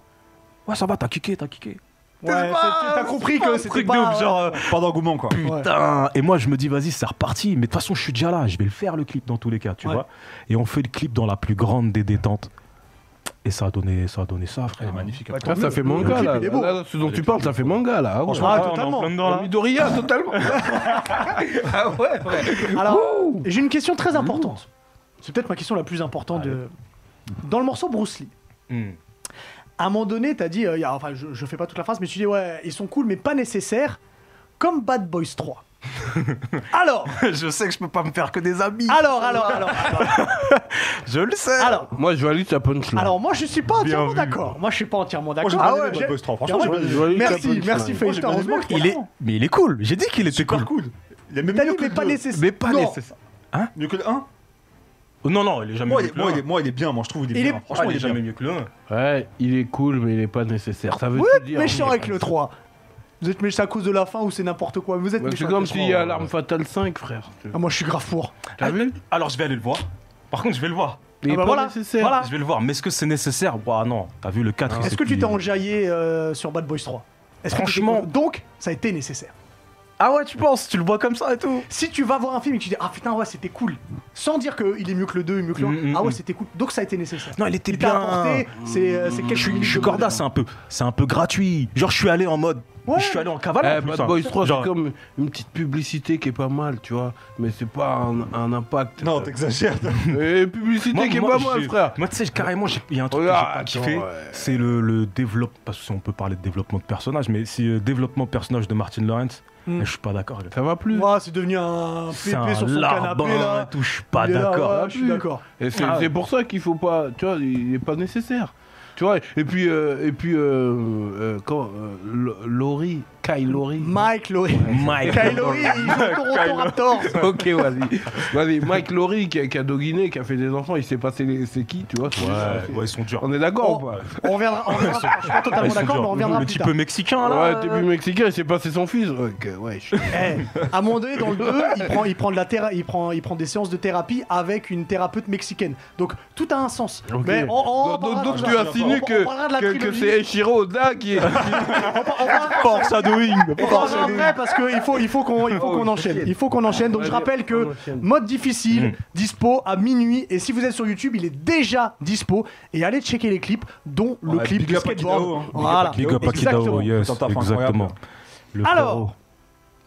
Ouais, ça va, t'as kické, t'as kické.
Ouais, c'est- t'as compris que c'était
Truc
pas,
de ouf,
ouais.
genre. euh,
Pas d'engouement, quoi.
Ouais.
Putain Et moi, je me dis, vas-y, c'est reparti. Mais de toute façon, je suis déjà là. Je vais le faire, le clip, dans tous les cas, tu
Ouais.
vois. Et on fait le clip dans la plus grande des détentes. Et ça a donné ça, a donné ça
Elle est
frère.
magnifique.
Bah,
Là,
tant
ça
mieux.
fait
Le
manga
clip,
là.
il est beau.
Là, là, Ce dont tu parles, ça fait manga là. Ah ouais.
Ah, totalement.
Oh,
Ah, Midoriya totalement. ah ouais.
Alors, j'ai une question très importante. C'est peut-être ma question la plus importante. De... Dans le morceau Bruce Lee,
Hmm.
à un moment donné, t'as dit, euh, y a- enfin, je, je fais pas toute la phrase, mais tu dis, ouais, ils sont cool, mais pas nécessaires, comme Bad Boys 3. alors,
je sais que je peux pas me faire que des amis.
alors, alors, alors, alors,
je le sais.
alors,
Moi je valide ta punchline.
alors, moi je suis pas
Bien
entièrement
vu.
d'accord. Moi je suis pas entièrement
Moi, j'ai
d'accord.
bien
Ah ouais,
aimé Bad
j'ai-
Boys 3. Franchement, j'ai
Ouais,
bien aimé.
valide ta
Merci,
punchline.
merci
Moi, j'ai
Feuilleton.
bien aimé
Heureusement
le
que-
il est, mais il est cool. J'ai dit qu'il était cool.
Super cool. Il est même
T'as
mieux
dit,
que
mais
le
pas
deux.
nécessaire.
Mais pas
Non.
nécessaire. Oh,
Mieux que le 1
Non, non, il est jamais
moi,
mieux
il est-
que le
moi,
un.
il est- moi, il est bien. Moi, je trouve il est
Il est-
bien. Franchement,
Ah,
il est bien.
mieux que le 1.
Ouais, il est cool mais il est pas nécessaire. Ça veut
Vous
tout
êtes
dire.
méchant avec le 3. Vous êtes méchant à cause de la fin ou c'est n'importe quoi. Vous êtes
Ouais,
méchant.
C'est
avec
comme
le
s'il
3.
y a l'arme fatale 5 frère.
Ah, moi je suis grave pour.
T'as vu
Ah, Alors, je vais aller le voir. Par contre, je vais le voir.
Il
Ah
est
bah
pas
voilà,
nécessaire. Eh,
voilà.
Je vais le voir. Mais est-ce que c'est nécessaire Bah non. T'as vu le 4 il s'est
Est-ce que tu
plié.
t'es enjaillé euh, sur Bad Boys 3 Est-ce que tu t'es-
Franchement-
donc ça a été nécessaire.
Ah ouais, tu penses Tu le vois comme ça et tout
Si tu vas voir un film et que tu dis ah putain ouais c'était cool, sans dire que il est mieux que le 2, il est mieux que le 1,
Mm, mm,
ah
mm.
ouais c'était cool, donc ça a été nécessaire.
Non, il était
il t'a
bien.
apporté, c'est euh, c'est quelque
Je
chose.
suis, je suis corda, c'est un peu, c'est un peu gratuit. Genre, je suis allé en mode,
Ouais.
je suis allé en
Eh,
cavale. en plus,
Bad
hein.
Boys 3,
Genre,
c'est comme une petite publicité qui est pas mal, tu vois, mais c'est pas un, un
hein.
impact.
Non, t'exagères.
Eh, publicité
moi,
qui est pas
moi,
mal,
j'ai-
frère.
Moi, tu sais, carrément, j'ai- il y a un truc
Regarde,
que j'ai pas kiffé.
attends, ouais.
C'est le, le développement. Parce que si on peut parler de développement de personnage, mais si euh, développement de personnage de Martin Lawrence,
Mm.
je suis pas d'accord.
Ça va plus.
Ouah, c'est devenu un
C'est
pépé
un
sur son
larbin
canapé
et
là.
tout, je suis pas
Il est là,
d'accord.
ouais, je suis d'accord.
Et c'est
Ah ouais.
c'est pour ça qu'il faut pas, tu vois, il est pas nécessaire. Tu vois, et puis, euh, et puis, euh, euh, quand euh, Lo- Laurie, Kyle Laurie.
Mike Laurie.
Mike.
Kyle Laurie, il joue au Toronto Raptors.
ok, vas-y. Vas-y, Mike Laurie qui a, qui a doguiné, qui a fait des enfants, il s'est passé les- c'est qui, tu vois. c'est-
Ouais,
c'est-
ouais, ils sont durs.
On est d'accord ou
On,
pas
on reviendra, on reviendra- je suis pas
Ouais, ils
totalement
sont
d'accord,
durs.
mais on reviendra
Le
plus
petit
tard.
peu mexicain
Ouais,
là. euh,
début mexicain, il s'est passé son fils. Ok, ouais, je-
Eh, à un moment donné, dans le 2, il prend, il, prend de la théra- il, prend, il prend des séances de thérapie avec une thérapeute mexicaine. Donc tout a un sens.
Ok.
Mais on, on,
Donc, donc,
parlera
donc
de
tu
ça.
insinues
On-
que,
on parlera de la
que, que
trilogie.
c'est Eiichiro Oda qui est.
On parlera-
Foreshadowing.
on parlera après parce qu'il faut, il faut qu'on il faut qu'on enchaîne. Il faut qu'on enchaîne. Donc je
Vas-y,
rappelle que
on enchaîne.
mode difficile,
Mm.
dispo à minuit. Et si vous êtes sur YouTube, il est déjà dispo. Et allez checker les clips, dont le
Ouais,
clip
big
de
up à Kidao,
skateboard.
hein. Big up
Voilà.
à
Big up Akidao,
Exactement.
yes,
Tout un taf
exactement.
incroyable.
Le
Alors,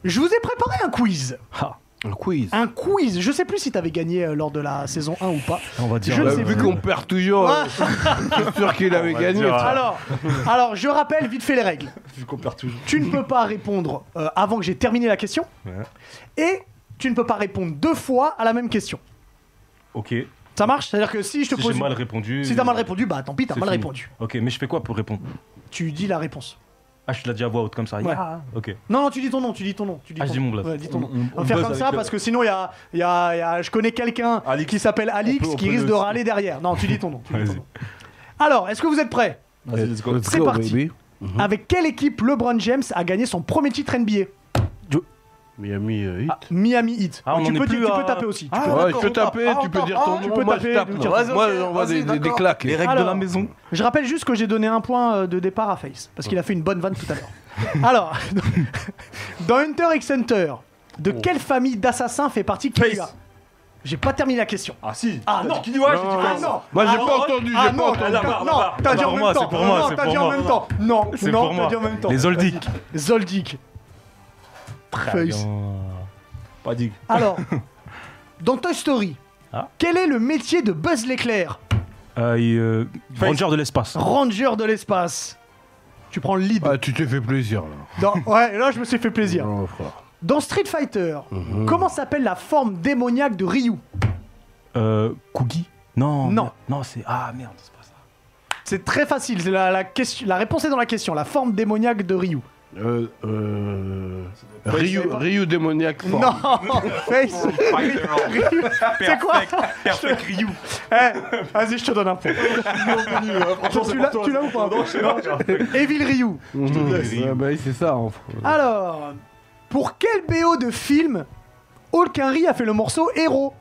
je vous ai préparé un quiz.
frérot.
Le quiz.
Un quiz. Je sais plus si t'avais gagné euh, lors de la saison 1 ou pas.
Ah, on va dire.
Je ne
Bah,
sais
vu
plus.
qu'on perd
Oh,
toujours, euh, je suis sûr qu'il avait
va
gagné.
dire,
frère.
Alors, alors, je rappelle vite fait les règles.
Vu qu'on perd toujours.
Tu ne peux pas répondre euh, avant que j'ai terminé la question.
Ouais.
Et tu ne peux pas répondre deux fois à la même question.
Ok. Si
Ça marche C'est-à-dire que si je te
j'ai
pose.
mal répondu.
Si t'as mal répondu, bah tant pis, t'as
c'est
mal
fini.
répondu.
Ok, mais je fais quoi pour répondre
Tu dis la réponse.
Ah, je l'ai déjà à voix haute comme ça.
Ouais.
Ah, ok.
Non, non, tu dis ton nom, tu dis ton nom. Tu dis
Ah,
ton
je dis
nom.
mon blaze.
Ouais, dis ton
On-
nom. On
on-
va
on
faire
buzz
comme ça
avec, euh,
parce que sinon, il y a, il y a- il y a- je connais quelqu'un
Alix.
qui s'appelle Alix
On peut- on
qui
peut
risque
le-
de râler derrière. Non, tu dis ton nom. tu dis ton
Vas-y.
nom. Alors, est-ce que vous êtes prêts
Vas-y, let's go.
Let's
C'est
go,
parti.
baby.
Hein
Mhm.
Avec quelle équipe LeBron James a gagné son premier titre NBA
Miami euh, Heat.
Miami Heat.
Ah, on
tu,
en est
peux, tu-
plus
tu peux
à- Ah.
taper aussi. tu
Ouais,
peux-
tu peux taper, tu peux dire ton nom.
Ah, tu peux
moi,
taper,
je tape.
nous
non.
dire-
Moi,
Vas-y, ok,
j'envoie des,
vas-y,
des- des
d'accord.
claques.
Les
là.
règles
Alors.
de la maison.
Je rappelle juste que j'ai donné un point euh, de départ à Face parce qu'il a fait une bonne vanne tout à l'heure. Alors, dans Hunter x Hunter, de
Oh.
quelle famille d'assassins fait partie Killua
Face.
J'ai pas terminé la question.
Ah si
Ah
T'as
non.
dit Qui dit ouais, j'ai dit
Non,
Ah
face.
non
Moi, j'ai
Ah,
pas
non.
entendu,
Ah
j'ai
non,
pas
t'as-
la
t'as-
barre, la
non,
barre.
t'as dit
C'est
en
pour
même
moi,
temps.
c'est pour moi,
Non,
c'est
t'as
pour
dit en
moi.
même temps. Non,
C'est
non,
pour
t'as
moi.
dit en même temps.
Les Oldic.
Zoldyck. Face.
Euh,
Pas dit.
Alors, dans Toy Story,
Ah.
quel est le métier de Buzz l'éclair
Euh, et, euh,
Face.
Ranger de l'espace.
Ranger de l'espace. Tu prends le lead.
Ah, tu t'es fait plaisir là.
Dans- ouais, là je me suis fait plaisir.
Non, frère.
Dans Street Fighter,
Mhm.
comment s'appelle la forme démoniaque de Ryu
Euh, Kugi Non.
Non.
merde. Non, c'est. Ah merde, c'est pas ça.
C'est très facile, c'est la, la question, la réponse est dans la question, la forme démoniaque de Ryu.
Euh, euh, Ryu, Ryu démoniaque. fort.
Non Face Ryu, C'est quoi
Perfect Ryu.
Eh, Vas-y, je te donne un point.
hein,
tu l'as tu l'as ou pas Evil Ryu.
Ouais, bah oui, c'est ça. en fait.
Alors, pour quel BO de film Hulk Henry a fait le morceau Héros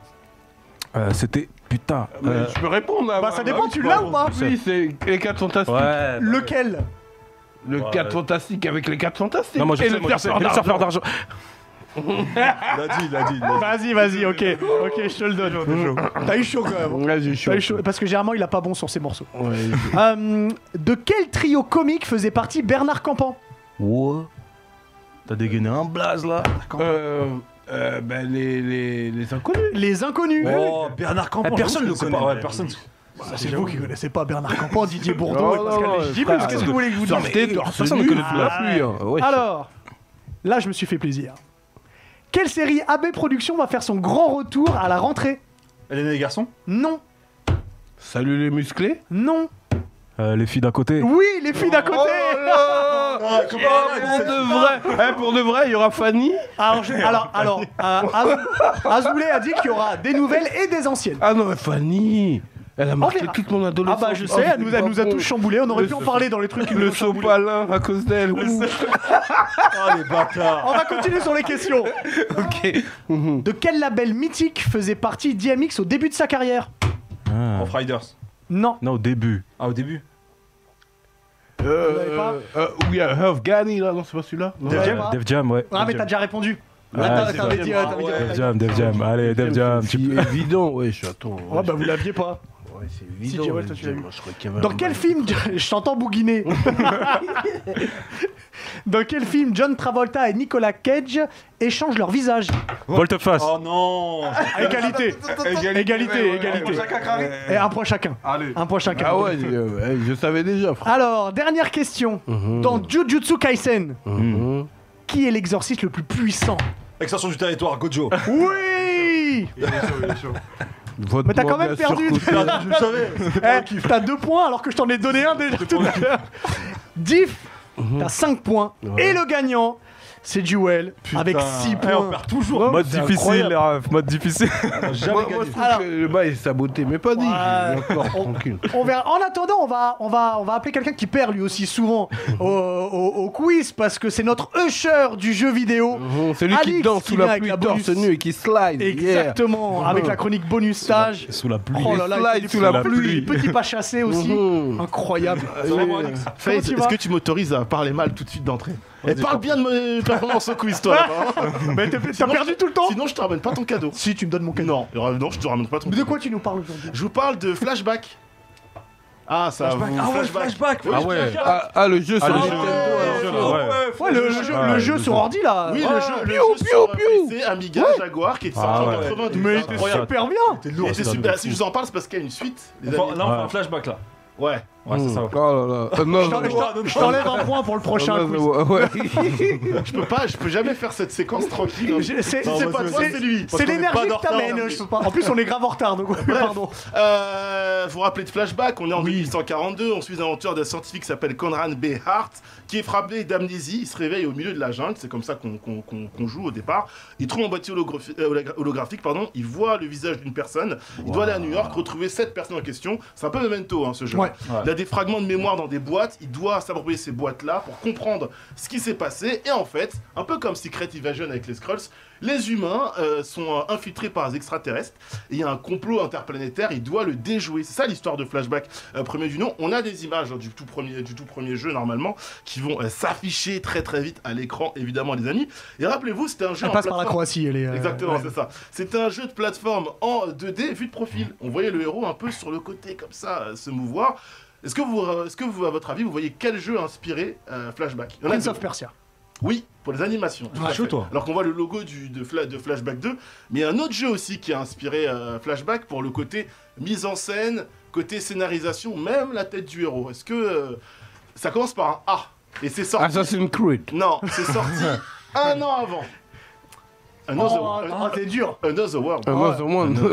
Ah,
Euh, C'était. Putain. euh,
Mais Je peux répondre là.
Bah ça dépend, tu l'as ou pas
Oui, c'est les 4
Euh,
fantastiques.
bah,
Ouais.
Lequel
Le
Ouais.
4 fantastique avec les 4 fantastiques.
Non, moi je
Et
sais,
le
moi, je sais.
serpent
Et le
d'argent.
surfeur d'argent.
Il a dit, il a dit. il a
Vas-y,
dit.
vas-y, ok, ok, je te le donne. T'as eu chaud quand même.
Ouais, j'ai chaud.
T'as eu chaud, Parce que généralement, il a pas bon sur ses morceaux.
Ouais, j'ai chaud.
Euh, de quel trio comique faisait partie Bernard Campan
Wow. T'as dégainé un blaze là.
Euh, euh, ben les, les, les inconnus.
Les Inconnus.
Oh, Bernard Campan.
Eh, personne
j'avoue,
le
je sais
connaît.
pas, ouais, personne.
Bah, c'est vous qui connaissez pas Bernard Campan, Didier Bourdon
Non,
et Pascal
non, non,
Légible,
frère,
Qu'est-ce que vous voulez que je vous Ah, dise
Sortez torse
personne ne
nu
connaît
sous la
ça.
pluie. hein. Ouais.
Alors, là, je me suis fait plaisir. Quelle série AB Productions va faire son grand retour à la rentrée
Elle est née des garçons
Non,
Salut les musclés.
non.
Euh, les filles d'à côté.
Oui, les filles d'à côté
là
comment
Oh,
elle a
pour
dit
de vrai, Eh, pour de vrai, il y aura Fanny.
Alors, je- alors, alors euh, Az- Azoulay a dit qu'il y aura des nouvelles et des anciennes.
Ah non, mais Fanny, elle a marqué
verra.
toute mon
Ah
adolescence. Oh,
bah je sais, elle nous, elle nous a tous
touché.
chamboulés, on aurait
Le
pu en
so-
parler dans les trucs qui nous
Le
ont chamboulés.
sopalin à cause d'elle. Ouh.
Ah, les bâtards.
On va continuer sur les questions.
Ok.
De quel label mythique faisait partie DMX au début de sa carrière
Ah.
Off Riders.
Non.
Non, au début.
Ah, au début
l'avez pas
Euh, euh, où il y a Herve Gani là, non, c'est pas celui-là Non.
Def
Euh,
Jam, hein
Def Jam, ouais.
Ah mais t'as déjà répondu. Attends,
c'est
t'avais
ça.
dit, euh, t'avais dit-
Ah
Def Jam, Def Jam. Allez, Def Jam.
C'est évident, ouais, je suis attends.
Ah bah vous l'aviez pas.
ouais, c'est
Si,
évident.
ouais,
Def
toi, tu
Jam,
l'as vu.
je crois qu'il y avait
Dans
un
quel
bail.
film je t'entends bouguiner Dans quel film John Travolta et Nicolas Cage échangent leur visage
Volteface.
Oh non
À Ah, égalité. Égalité, égalité. Et un point chacun.
Allez.
Un point chacun.
Ah ouais, euh, ouais, je savais déjà, frère.
Alors, dernière question. Dans Jujutsu Kaisen,
Mhm.
qui est l'exorciste le plus puissant
Extension du territoire, Gojo.
Oui
Votre
Mais t'as quand
manga
même perdu.
surcoté.
Je le savais.
Eh, T'as deux points alors que je t'en ai donné un déjà tout à l'heure. Diff, t'as 5 points.
Mhm. Ouais.
Et le gagnant, c'est Duel avec 6
Eh, on
points.
perd toujours.
Mode
c'est
difficile,
incroyable.
les refs, Mode difficile.
On a
Moi,
Jamais
moi,
gagné.
je trouve
Alors-
que le bail est saboté, mais pas dit.
Ouais.
D'accord, tranquille.
On verra. En attendant, on va, on va, on va appeler quelqu'un qui perd lui aussi souvent au, au- au quiz parce que c'est notre usher du jeu vidéo.
Mhm, Celui qui
Alix
danse
qui
sous
vient
la
avec
pluie,
la bonus.
torse nu et qui slide. yeah.
Exactement, avec la chronique bonus stage.
Sous la pluie.
Oh
les
là là, il
slides
fait
sous
des
la
petits-
pluie.
Petit pas chassé
Oh.
aussi.
Mhm.
Incroyable.
Ça va, mon Alex
Comment
Faith,
tu
Ah, est-ce
vas
que tu m'autorises à parler mal tout de suite d'entrée Et parle bien de mes performances au quiz, toi là-bas.
Mais t'as t'as perdu tout le temps
Sinon, je te ramène pas ton cadeau.
Si, tu me donnes mon cadeau.
Non, euh, non, je te ramène pas ton
Mais de
cadeau.
quoi tu nous parles aujourd'hui
Je vous parle de flashback. Ah, ça. vous-
Ah ouais, flashback.
flashback.
Ah ouais.
Ah, ah, le jeu sur
le
le
jeu.
Nintendo.
Ah
alors.
ouais,
Euh,
Ouais, le, le
Ah,
jeu, le jeu sur ordi là.
Oui,
Ouais.
le jeu, le jeu sur euh, PC, Amiga, Jaguar, qui est sorti
Ah
en
ouais.
92.
Mais
C'est
c'était
incroyable. Ah,
super bien.
T'es
Et
lourd.
c'est
c'est
super-
un
Si je vous en parle, c'est parce qu'il y a une suite. les
Enfin,
amis.
Là, on fait
Ouais.
un flashback là.
Ouais.
Ouais, c'est ça.
Oh là là. Euh, non,
Je t'en-
non,
je t'en- je t'enlève un point pour le prochain
non,
quiz.
non, ouais.
Je peux pas, je peux jamais faire cette séquence tranquille.
Je- C'est
Non,
c'est
bah,
pas
c'est-
toi,
c'est-
c'est
lui.
lui.
Parce
C'est
qu'on est pas
l'énergie
en
que
retard, en
t'amènes.
plus.
je peux pas. En plus, on est grave en retard, donc pardon.
Euh, vous vous rappelez de Flashback On est en 1842, on suit l'aventure d'un scientifique qui s'appelle Conrad B. Hart, qui est frappé d'amnésie, il se réveille au milieu de la jungle, c'est comme ça qu'on qu'on- qu'on- qu'on joue au départ. Il trouve un boîtier holographi- euh, hologra- holographique, pardon, il voit le visage d'une personne, il doit aller à New York, retrouver cette personne en question. C'est un peu memento hein, ce jeu.
Ouais.
Il a des fragments de mémoire dans des boîtes, il doit s'approprier ces boîtes-là pour comprendre ce qui s'est passé. Et en fait, un peu comme Secret Invasion avec les Skrulls, les humains euh, sont euh, infiltrés par des extraterrestres. Et il y a un complot interplanétaire, il doit le déjouer. C'est ça l'histoire de Flashback euh, premier du nom. On a des images hein, du, tout premier, du tout premier jeu normalement qui vont euh, s'afficher très très vite à l'écran, évidemment, les amis. Et rappelez-vous, c'était un jeu.
Elle
en
passe par la
plateforme-
Croatie, elle est. euh,
Exactement,
ouais.
c'est ça. C'était un jeu de plateforme en 2D vu de profil. On voyait le héros un peu sur le côté comme ça euh, se mouvoir. Est-ce que vous, euh, est-ce que vous, à votre avis, vous voyez quel jeu a inspiré euh, Flashback Il y en a
Prince
deux.
of Persia.
Oui, pour les animations. tout
Ouais,
à
Ah, chaud,
fait.
toi.
Alors qu'on voit le logo du, de, Fla- de Flashback 2, mais il y a un autre jeu aussi qui a inspiré euh, Flashback pour le côté mise en scène, côté scénarisation, même la tête du héros. Est-ce que euh, ça commence par un A et
Ah,
c'est sorti
Assassin's Creed.
Non, c'est sorti un an avant. Another,
Oh,
euh,
ah, t'es dur.
Another World.
Ah,
ouais.
c'est moi, non.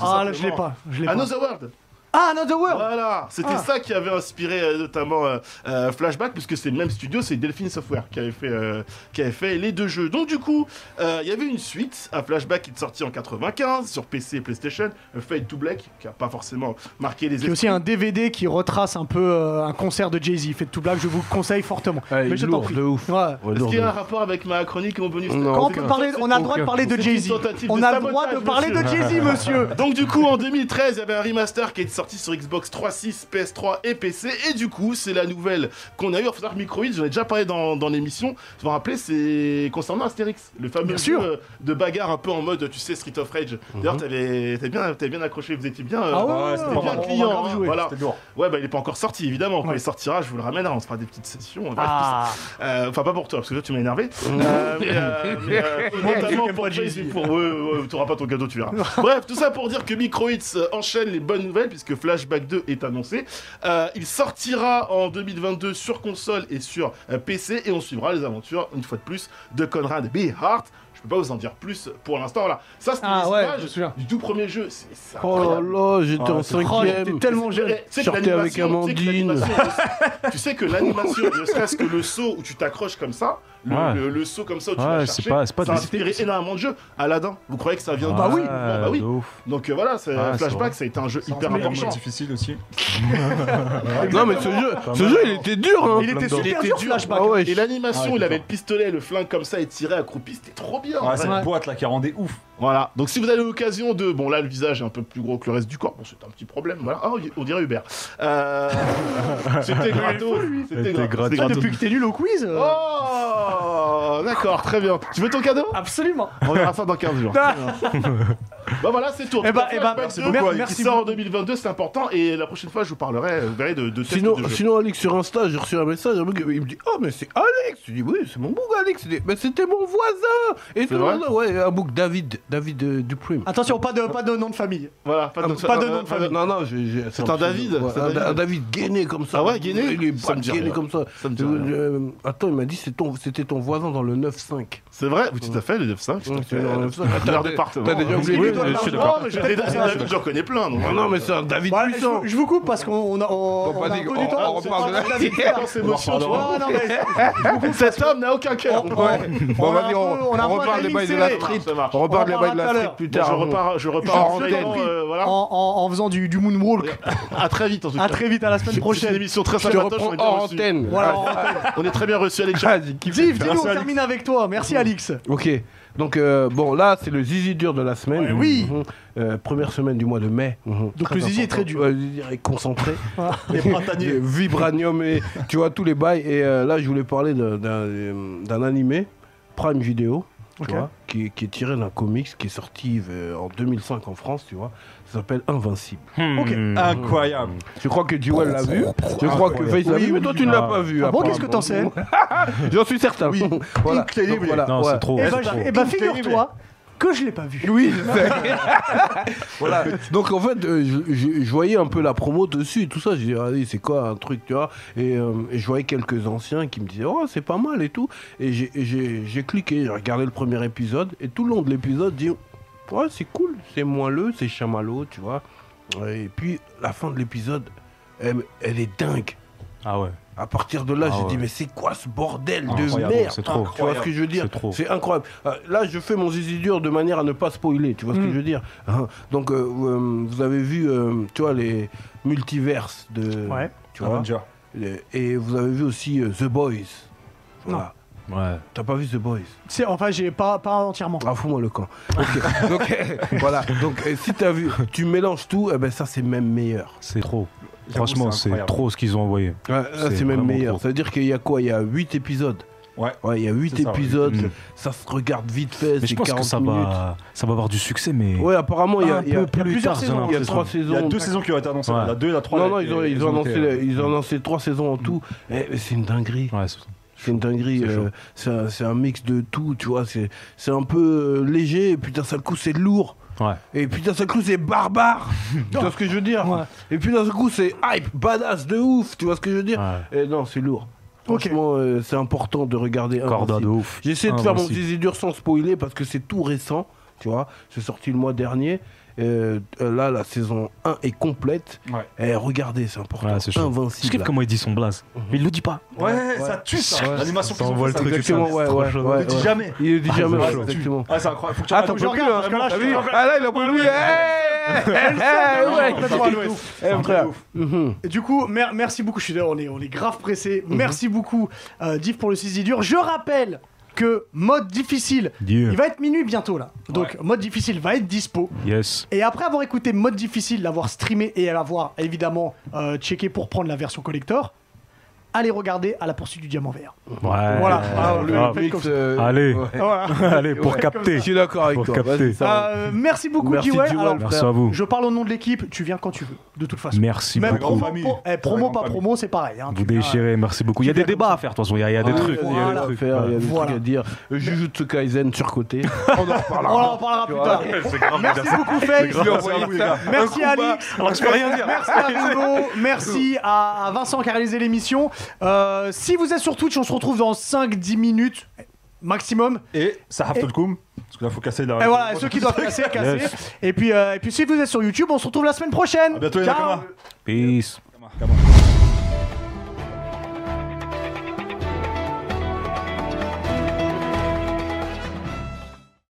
Ah, là, je l'ai pas. Je l'ai pas.
Another World.
Ah, Another World
Voilà, c'était
Ah.
ça qui avait inspiré euh, notamment euh, euh, Flashback, puisque c'est le même studio, c'est Delphine Software qui avait fait, euh, qui avait fait les deux jeux. Donc du coup, euh, il y avait une suite à Flashback qui est sortie en 95 sur PC et PlayStation, euh, Fade to Black, qui a pas forcément marqué les
Il y a aussi un DVD qui retrace un peu euh, un concert de Jay-Z. Faites tout blague, je vous le conseille fortement.
Ah, il
Mais
est
je t'en
lourd,
prie.
de ouf.
Ouais.
Ouais,
Est-ce
lourd,
qu'il y
de
a un
ouf.
rapport avec ma chronique et mon bonus
Non.
Quand on,
C'est
peut
une-
parler, on a le droit de
aucun-
parler de
c'est
Jay-Z.
une tentative de
On a le droit de
sabotage,
parler de
monsieur.
Jay-Z, monsieur.
Donc du coup en 2013 il y avait un remaster qui est sorti sur Xbox 360, PS3 et PC et du coup c'est la nouvelle qu'on a eu en faisant Microïd, j'en ai déjà parlé dans, dans l'émission, je vous rappelle c'est concernant Astérix, le fameux
Bien
jeu
sûr. Mhm.
euh, de bagarre un peu en mode tu sais Street of Rage. D'ailleurs t'avais t'avais bien, t'avais bien accroché, vous étiez bien... euh,
Ah
ouais,
ouais,
c'était
on va-
t'étais bien
on va
client,
grave
Ah,
hein,
jouer.
voilà.
C'était lourd.
Ouais, bah il est pas encore sorti évidemment. Quand
Ouais.
il sortira, je vous le ramène, on se fera des petites sessions. bref,
Ah,
euh, Enfin, pas pour toi, parce que toi, tu m'as énervé. Euh, mais, euh, mais, euh, notamment
J'aime
pour
pas Jay-Z.
Jay-Z. Pour... Ouais, ouais, ouais, t'auras pas ton cadeau, tu verras. Bref, tout ça pour dire que Microhits euh, enchaîne les bonnes nouvelles, puisque Flashback 2 est annoncé. Euh, il sortira en 2022 sur console et sur euh, PC, et on suivra les aventures, une fois de plus, de Conrad B. Hart. Je peux pas vous en dire plus pour l'instant. Voilà. Ça, c'était
Ah
les
ouais,
images
je me souviens.
du tout premier jeu. C'est c'est
Oh
incroyable.
là là, j'étais
Ah,
en
c'est-
oh, j'étais
cinquième.
tellement jeune.
Eh, tu sais que
Sortez avec
l'animation- tu sais que
Amandine.
l'animation, Tu sais que l'animation, ne serait-ce que le saut où tu t'accroches comme ça, le,
Ouais.
le- le saut comme ça où tu
Ouais,
vas
c'est
chercher,
pas- c'est pas
ça a
des-
inspiré énormément de jeux. Aladdin, vous croyez que ça vient de
Bah oui.
Bon,
Ah,
bah oui.
de ouf.
Donc euh, voilà, c'est-
Ah, c'est
Flashback,
vrai.
ça a été un jeu hyper
Mais en mode
important.
difficile aussi.
Non, mais ce jeu, ce jeu, il était dur, hein.
Il était
Il
super
était
dur,
dur.
Flashback.
Ah ouais.
Et l'animation,
Ah,
il
putain.
avait le pistolet, le flingue comme ça et tiré accroupi, c'était trop bien.
Ah, cette
Ouais.
boîte là qui rendait ouf.
Voilà. Donc si vous avez l'occasion de, bon là le visage est un peu plus gros que le reste du corps, bon c'est un petit problème. Voilà. Ah, on dirait Hubert. Euh, C'était gratos.
C'était gratos.
Toi, depuis que t'es nul au quiz euh,
Oh D'accord, très bien. Tu veux ton cadeau
Absolument.
On verra ça dans 15 jours.
Ah.
bah voilà, c'est tout.
Eh bah,
Flashback
eh bah,
2,
merci beaucoup,
qui
merci
sort en 2022, c'est important. Et la prochaine fois, je vous parlerai, euh, vous verrez, de, de tests
Sinon,
de jeux.
sinon, Alex, sur Insta, j'ai reçu un message, un mec, il me dit Oh, mais c'est Alex Je dis Oui, c'est mon bouc, Alex. Il dit, Mais c'était mon voisin Et tout le
vrai
monde, ouais, un bouc, David, David euh, Duprime.
Attention, pas de, pas de nom de famille.
Voilà,
Ah,
pas de,
Ah, pas de nom de famille.
Non, non, j'ai- j'ai-
C'est un David,
Ouais,
c'est un
un,
David.
un David gainé comme ça.
Ah ouais, gainé
Il est
Ça
pas
me dit
gainé
rien.
comme ça.
Ça me dit
Euh,
rien.
euh, attends, il m'a dit c'est ton- C'était ton, voisin dans le 9-5.
C'est vrai Oui, tout à fait, le 9-5.
Ouais,
tout à
c'est
fait. euh,
dans le
Leur
T'as
département.
t'as déjà oublié
Oui,
les-
je suis
les-
d'accord.
Non, mais j'ai des David, j'en connais plein. donc.
Non, non, mais c'est un David
Voilà, je,
puissant.
vous- je vous coupe parce qu'on on a, on,
Faut pas
on a un
dire-
peu
on-
du temps.
on
C'est
repart
pas
de
grave,
là.
David, frère.
Dans ses émotions, tu vois.
Ouais, non, mais-
Cet homme n'a aucun cœur.
On-
Oh, Ouais. Bon,
on a
vas-y,
un
on,
peu- on a un
on
peu un
repart les
timing
bails de
serré.
la street.
Ça marche.
On repart
On
les
en
bails de
parlera tout
la
à
street
l'heure.
plus
Bon, je
tard.
repars, je repars
Genre,
en
je
suivant,
t'ai-
euh,
Oh.
voilà.
en, en- en faisant du, du moonwalk.
À très vite, en tout
à
cas.
très vite, à la semaine
C'est une
prochaine.
émission très
Je te
sympatoche.
reprends
on est bien
hors
reçus.
antenne.
Voilà, on rentre.
On est très bien reçus, Alex.
Ah, j'ai kiffé.
Div, dis-nous,
Merci,
on
Alex.
termine avec toi. Merci, Alix.
Ok, donc euh, bon là c'est le zizi dur de la semaine.
Ouais, oui.
Mhm. Euh, première semaine du mois de mai. Mhm.
Donc le zizi est
important.
très dur.
Ouais, le zizi est concentré.
Les
Le
printaniers.
vibranium et tu vois tous les bails. Et euh, là je voulais parler de- d'un euh, d'un animé Prime Video. tu
Ok.
vois, qui, qui est tiré d'un comics qui est sorti euh, en 2005 en France, tu vois. Ça s'appelle Invincible.
Ok.
Incroyable.
Je crois que Jewel l'a vu. Je crois que Face l'a
Oui,
vu, mais toi tu ne l'as pas vu.
Ah bon, qu'est-ce que t'en sais
apparemment. J'en suis certain. voilà. Donc, voilà,
Non,
ouais.
c'est trop.
Eh
c'est
bah,
trop.
eh bah, figure-toi que je l'ai pas vu.
Oui, voilà. Donc en fait, euh, je, je- je voyais un peu la promo dessus et tout ça. Je disais, ah oui, c'est quoi un truc, tu vois et, euh, et je voyais quelques anciens qui me disaient, oh, c'est pas mal et tout. Et j'ai- et j'ai j'ai cliqué, j'ai regardé le premier épisode et tout le long de l'épisode, j'ai dit, ouais, c'est cool, c'est moelleux, c'est chamallow, tu vois. Et puis la fin de l'épisode, elle, elle est dingue.
Ah ouais,
À partir de là,
Ah
j'ai dit,
ouais.
mais c'est quoi ce bordel de
Incroyable,
merde
c'est trop.
tu vois ce que je veux dire
C'est trop.
C'est incroyable. Euh, Là, je fais mon zizi dur de manière à ne pas spoiler, tu vois ce que
Mm.
je veux dire Hein. Donc, euh, euh, vous avez vu, euh, tu vois, les multiverses de...
Ouais.
Tu vois Les- Et vous avez vu aussi euh, The Boys. Voilà.
ouais.
T'as pas vu The Boys
C'est- Enfin, j'ai pas, pas entièrement.
Ah, fous-moi le camp. Ok. Donc, euh, voilà. Donc, euh, si t'as vu, tu mélanges tout, eh ben ça, c'est même meilleur.
C'est trop.
J'avoue,
Franchement,
c'est
c'est
incroyable.
trop ce qu'ils ont envoyé.
Ouais, là,
C'est
c'est même
vraiment
meilleur.
trop.
Ça veut dire qu'il y a quoi Il y a 8 épisodes.
Ouais.
Ouais, il y a 8
C'est ça, ouais.
épisodes.
Mm.
Ça se regarde vite fait.
Mais je
c'est
pense
40
que ça
minutes.
va, ça va avoir du succès, mais
Ouais, apparemment, il y a,
un
il y a-
peu plus
plusieurs
tard. j'ai
saisons.
il y a
l'impression.
trois
Il y a
saisons.
deux saisons qui ont été annoncées.
Ouais.
La deux, la trois.
Non,
la-
non, ils ont,
et-
ils ont annoncé,
été- euh,
ils ont annoncé trois saisons en tout. Eh, mais c'est une dinguerie.
Ouais, c'est-
C'est une dinguerie.
C'est chaud.
euh, C'est un- c'est un, mix de tout, tu vois. C'est c'est un peu euh, léger, et puis d'un seul coup, c'est lourd.
ouais.
Et puis d'un seul coup, c'est barbare. tu vois ce que je veux dire
Ouais.
Et puis d'un seul coup, c'est hype, badass de ouf. Tu vois ce que je veux dire Et non, c'est lourd.
Ok.
Franchement, euh, c'est important de regarder un
Corda de ouf.
J'essaie de faire mon
Invincible.
zizi dur sans spoiler parce que c'est tout récent, tu vois. C'est sorti le mois dernier. Euh, euh, là, la saison 1 est complète.
Ouais.
Eh, regardez, c'est important.
Ouais, c'est chaud. Je
Invincible.
kiffe comment il dit son blaze.
Mhm.
Mais il le dit pas.
Ouais, ça tue ça.
Ouais.
L'animation
Ça
qu'ils ont
envoie
fait,
le
ça-
truc.
Exactement,
C'est
ouais,
trop
ouais,
chaud.
ouais,
Il le dit
ouais.
jamais.
Il le dit
Ah,
jamais,
c'est
ouais,
chaud.
exactement.
Ah, c'est incroyable. Faut que tu
Attends,
faut que
je
je
regarde,
regarde,
parce que là,
vraiment,
je
t'as vu
Ah là, il a pas oublié.
Ah,
Eh,
Complètement à
ouais.
l'ouest.
Eh,
Un truc
frère.
de ouf.
Mhm.
Et Du coup, mer- merci beaucoup. Je suis on est, on est grave pressé. Merci beaucoup, euh, Div, pour le saisie dur. Je rappelle que mode difficile,
Dieu.
il va être minuit bientôt là. Donc, mode difficile va être dispo.
Yes.
Et après avoir écouté mode difficile, l'avoir streamé et l'avoir évidemment euh, checké pour prendre la version collector, allez regarder à la poursuite du diamant vert.
Ouais.
Voilà. Ah, le-
Grave.
le-
Mix, euh,
Allez.
ouais.
Allez, pour
Ouais,
capter.
Je suis d'accord avec
Pour
toi.
capter.
Vas-y, ça va.
Euh, merci beaucoup,
Merci,
Jewel.
Jewel.
Alors,
Merci à vous.
je parle au nom de l'équipe. Tu viens quand tu veux, de toute façon.
Merci
Même
beaucoup.
promo,
famille.
pro- eh, promo,
Ouais,
pas
grande
promo, c'est pareil. hein.
Vous
Tu viens-
déchirez, merci beaucoup. Il y
Tu
a des
viens comme
débats
ça.
à faire, de toute façon. Il y a, il y a des
Ah,
trucs.
Il y a des
Voilà.
trucs à faire, il y a des
Voilà.
trucs à dire. Jujutsu Kaisen surcoté. On en
On
reparlera.
en parlera plus tard. Merci beaucoup, Faye.
Je lui ai envoyé ça.
Merci à
Un coup bas,
Alix. Merci à Ringo. Merci à, à Vincent qui a réalisé l'émission. Euh, si vous êtes sur Twitch, on se retrouve dans 5-10 minutes maximum.
Et ça have to come, parce que là faut casser la.
Et voilà, ceux qui doivent casser, casser. Et, puis, euh, et puis si vous êtes sur YouTube, on se retrouve la semaine prochaine.
À bientôt, les
Ciao.
Nakamas.
Peace.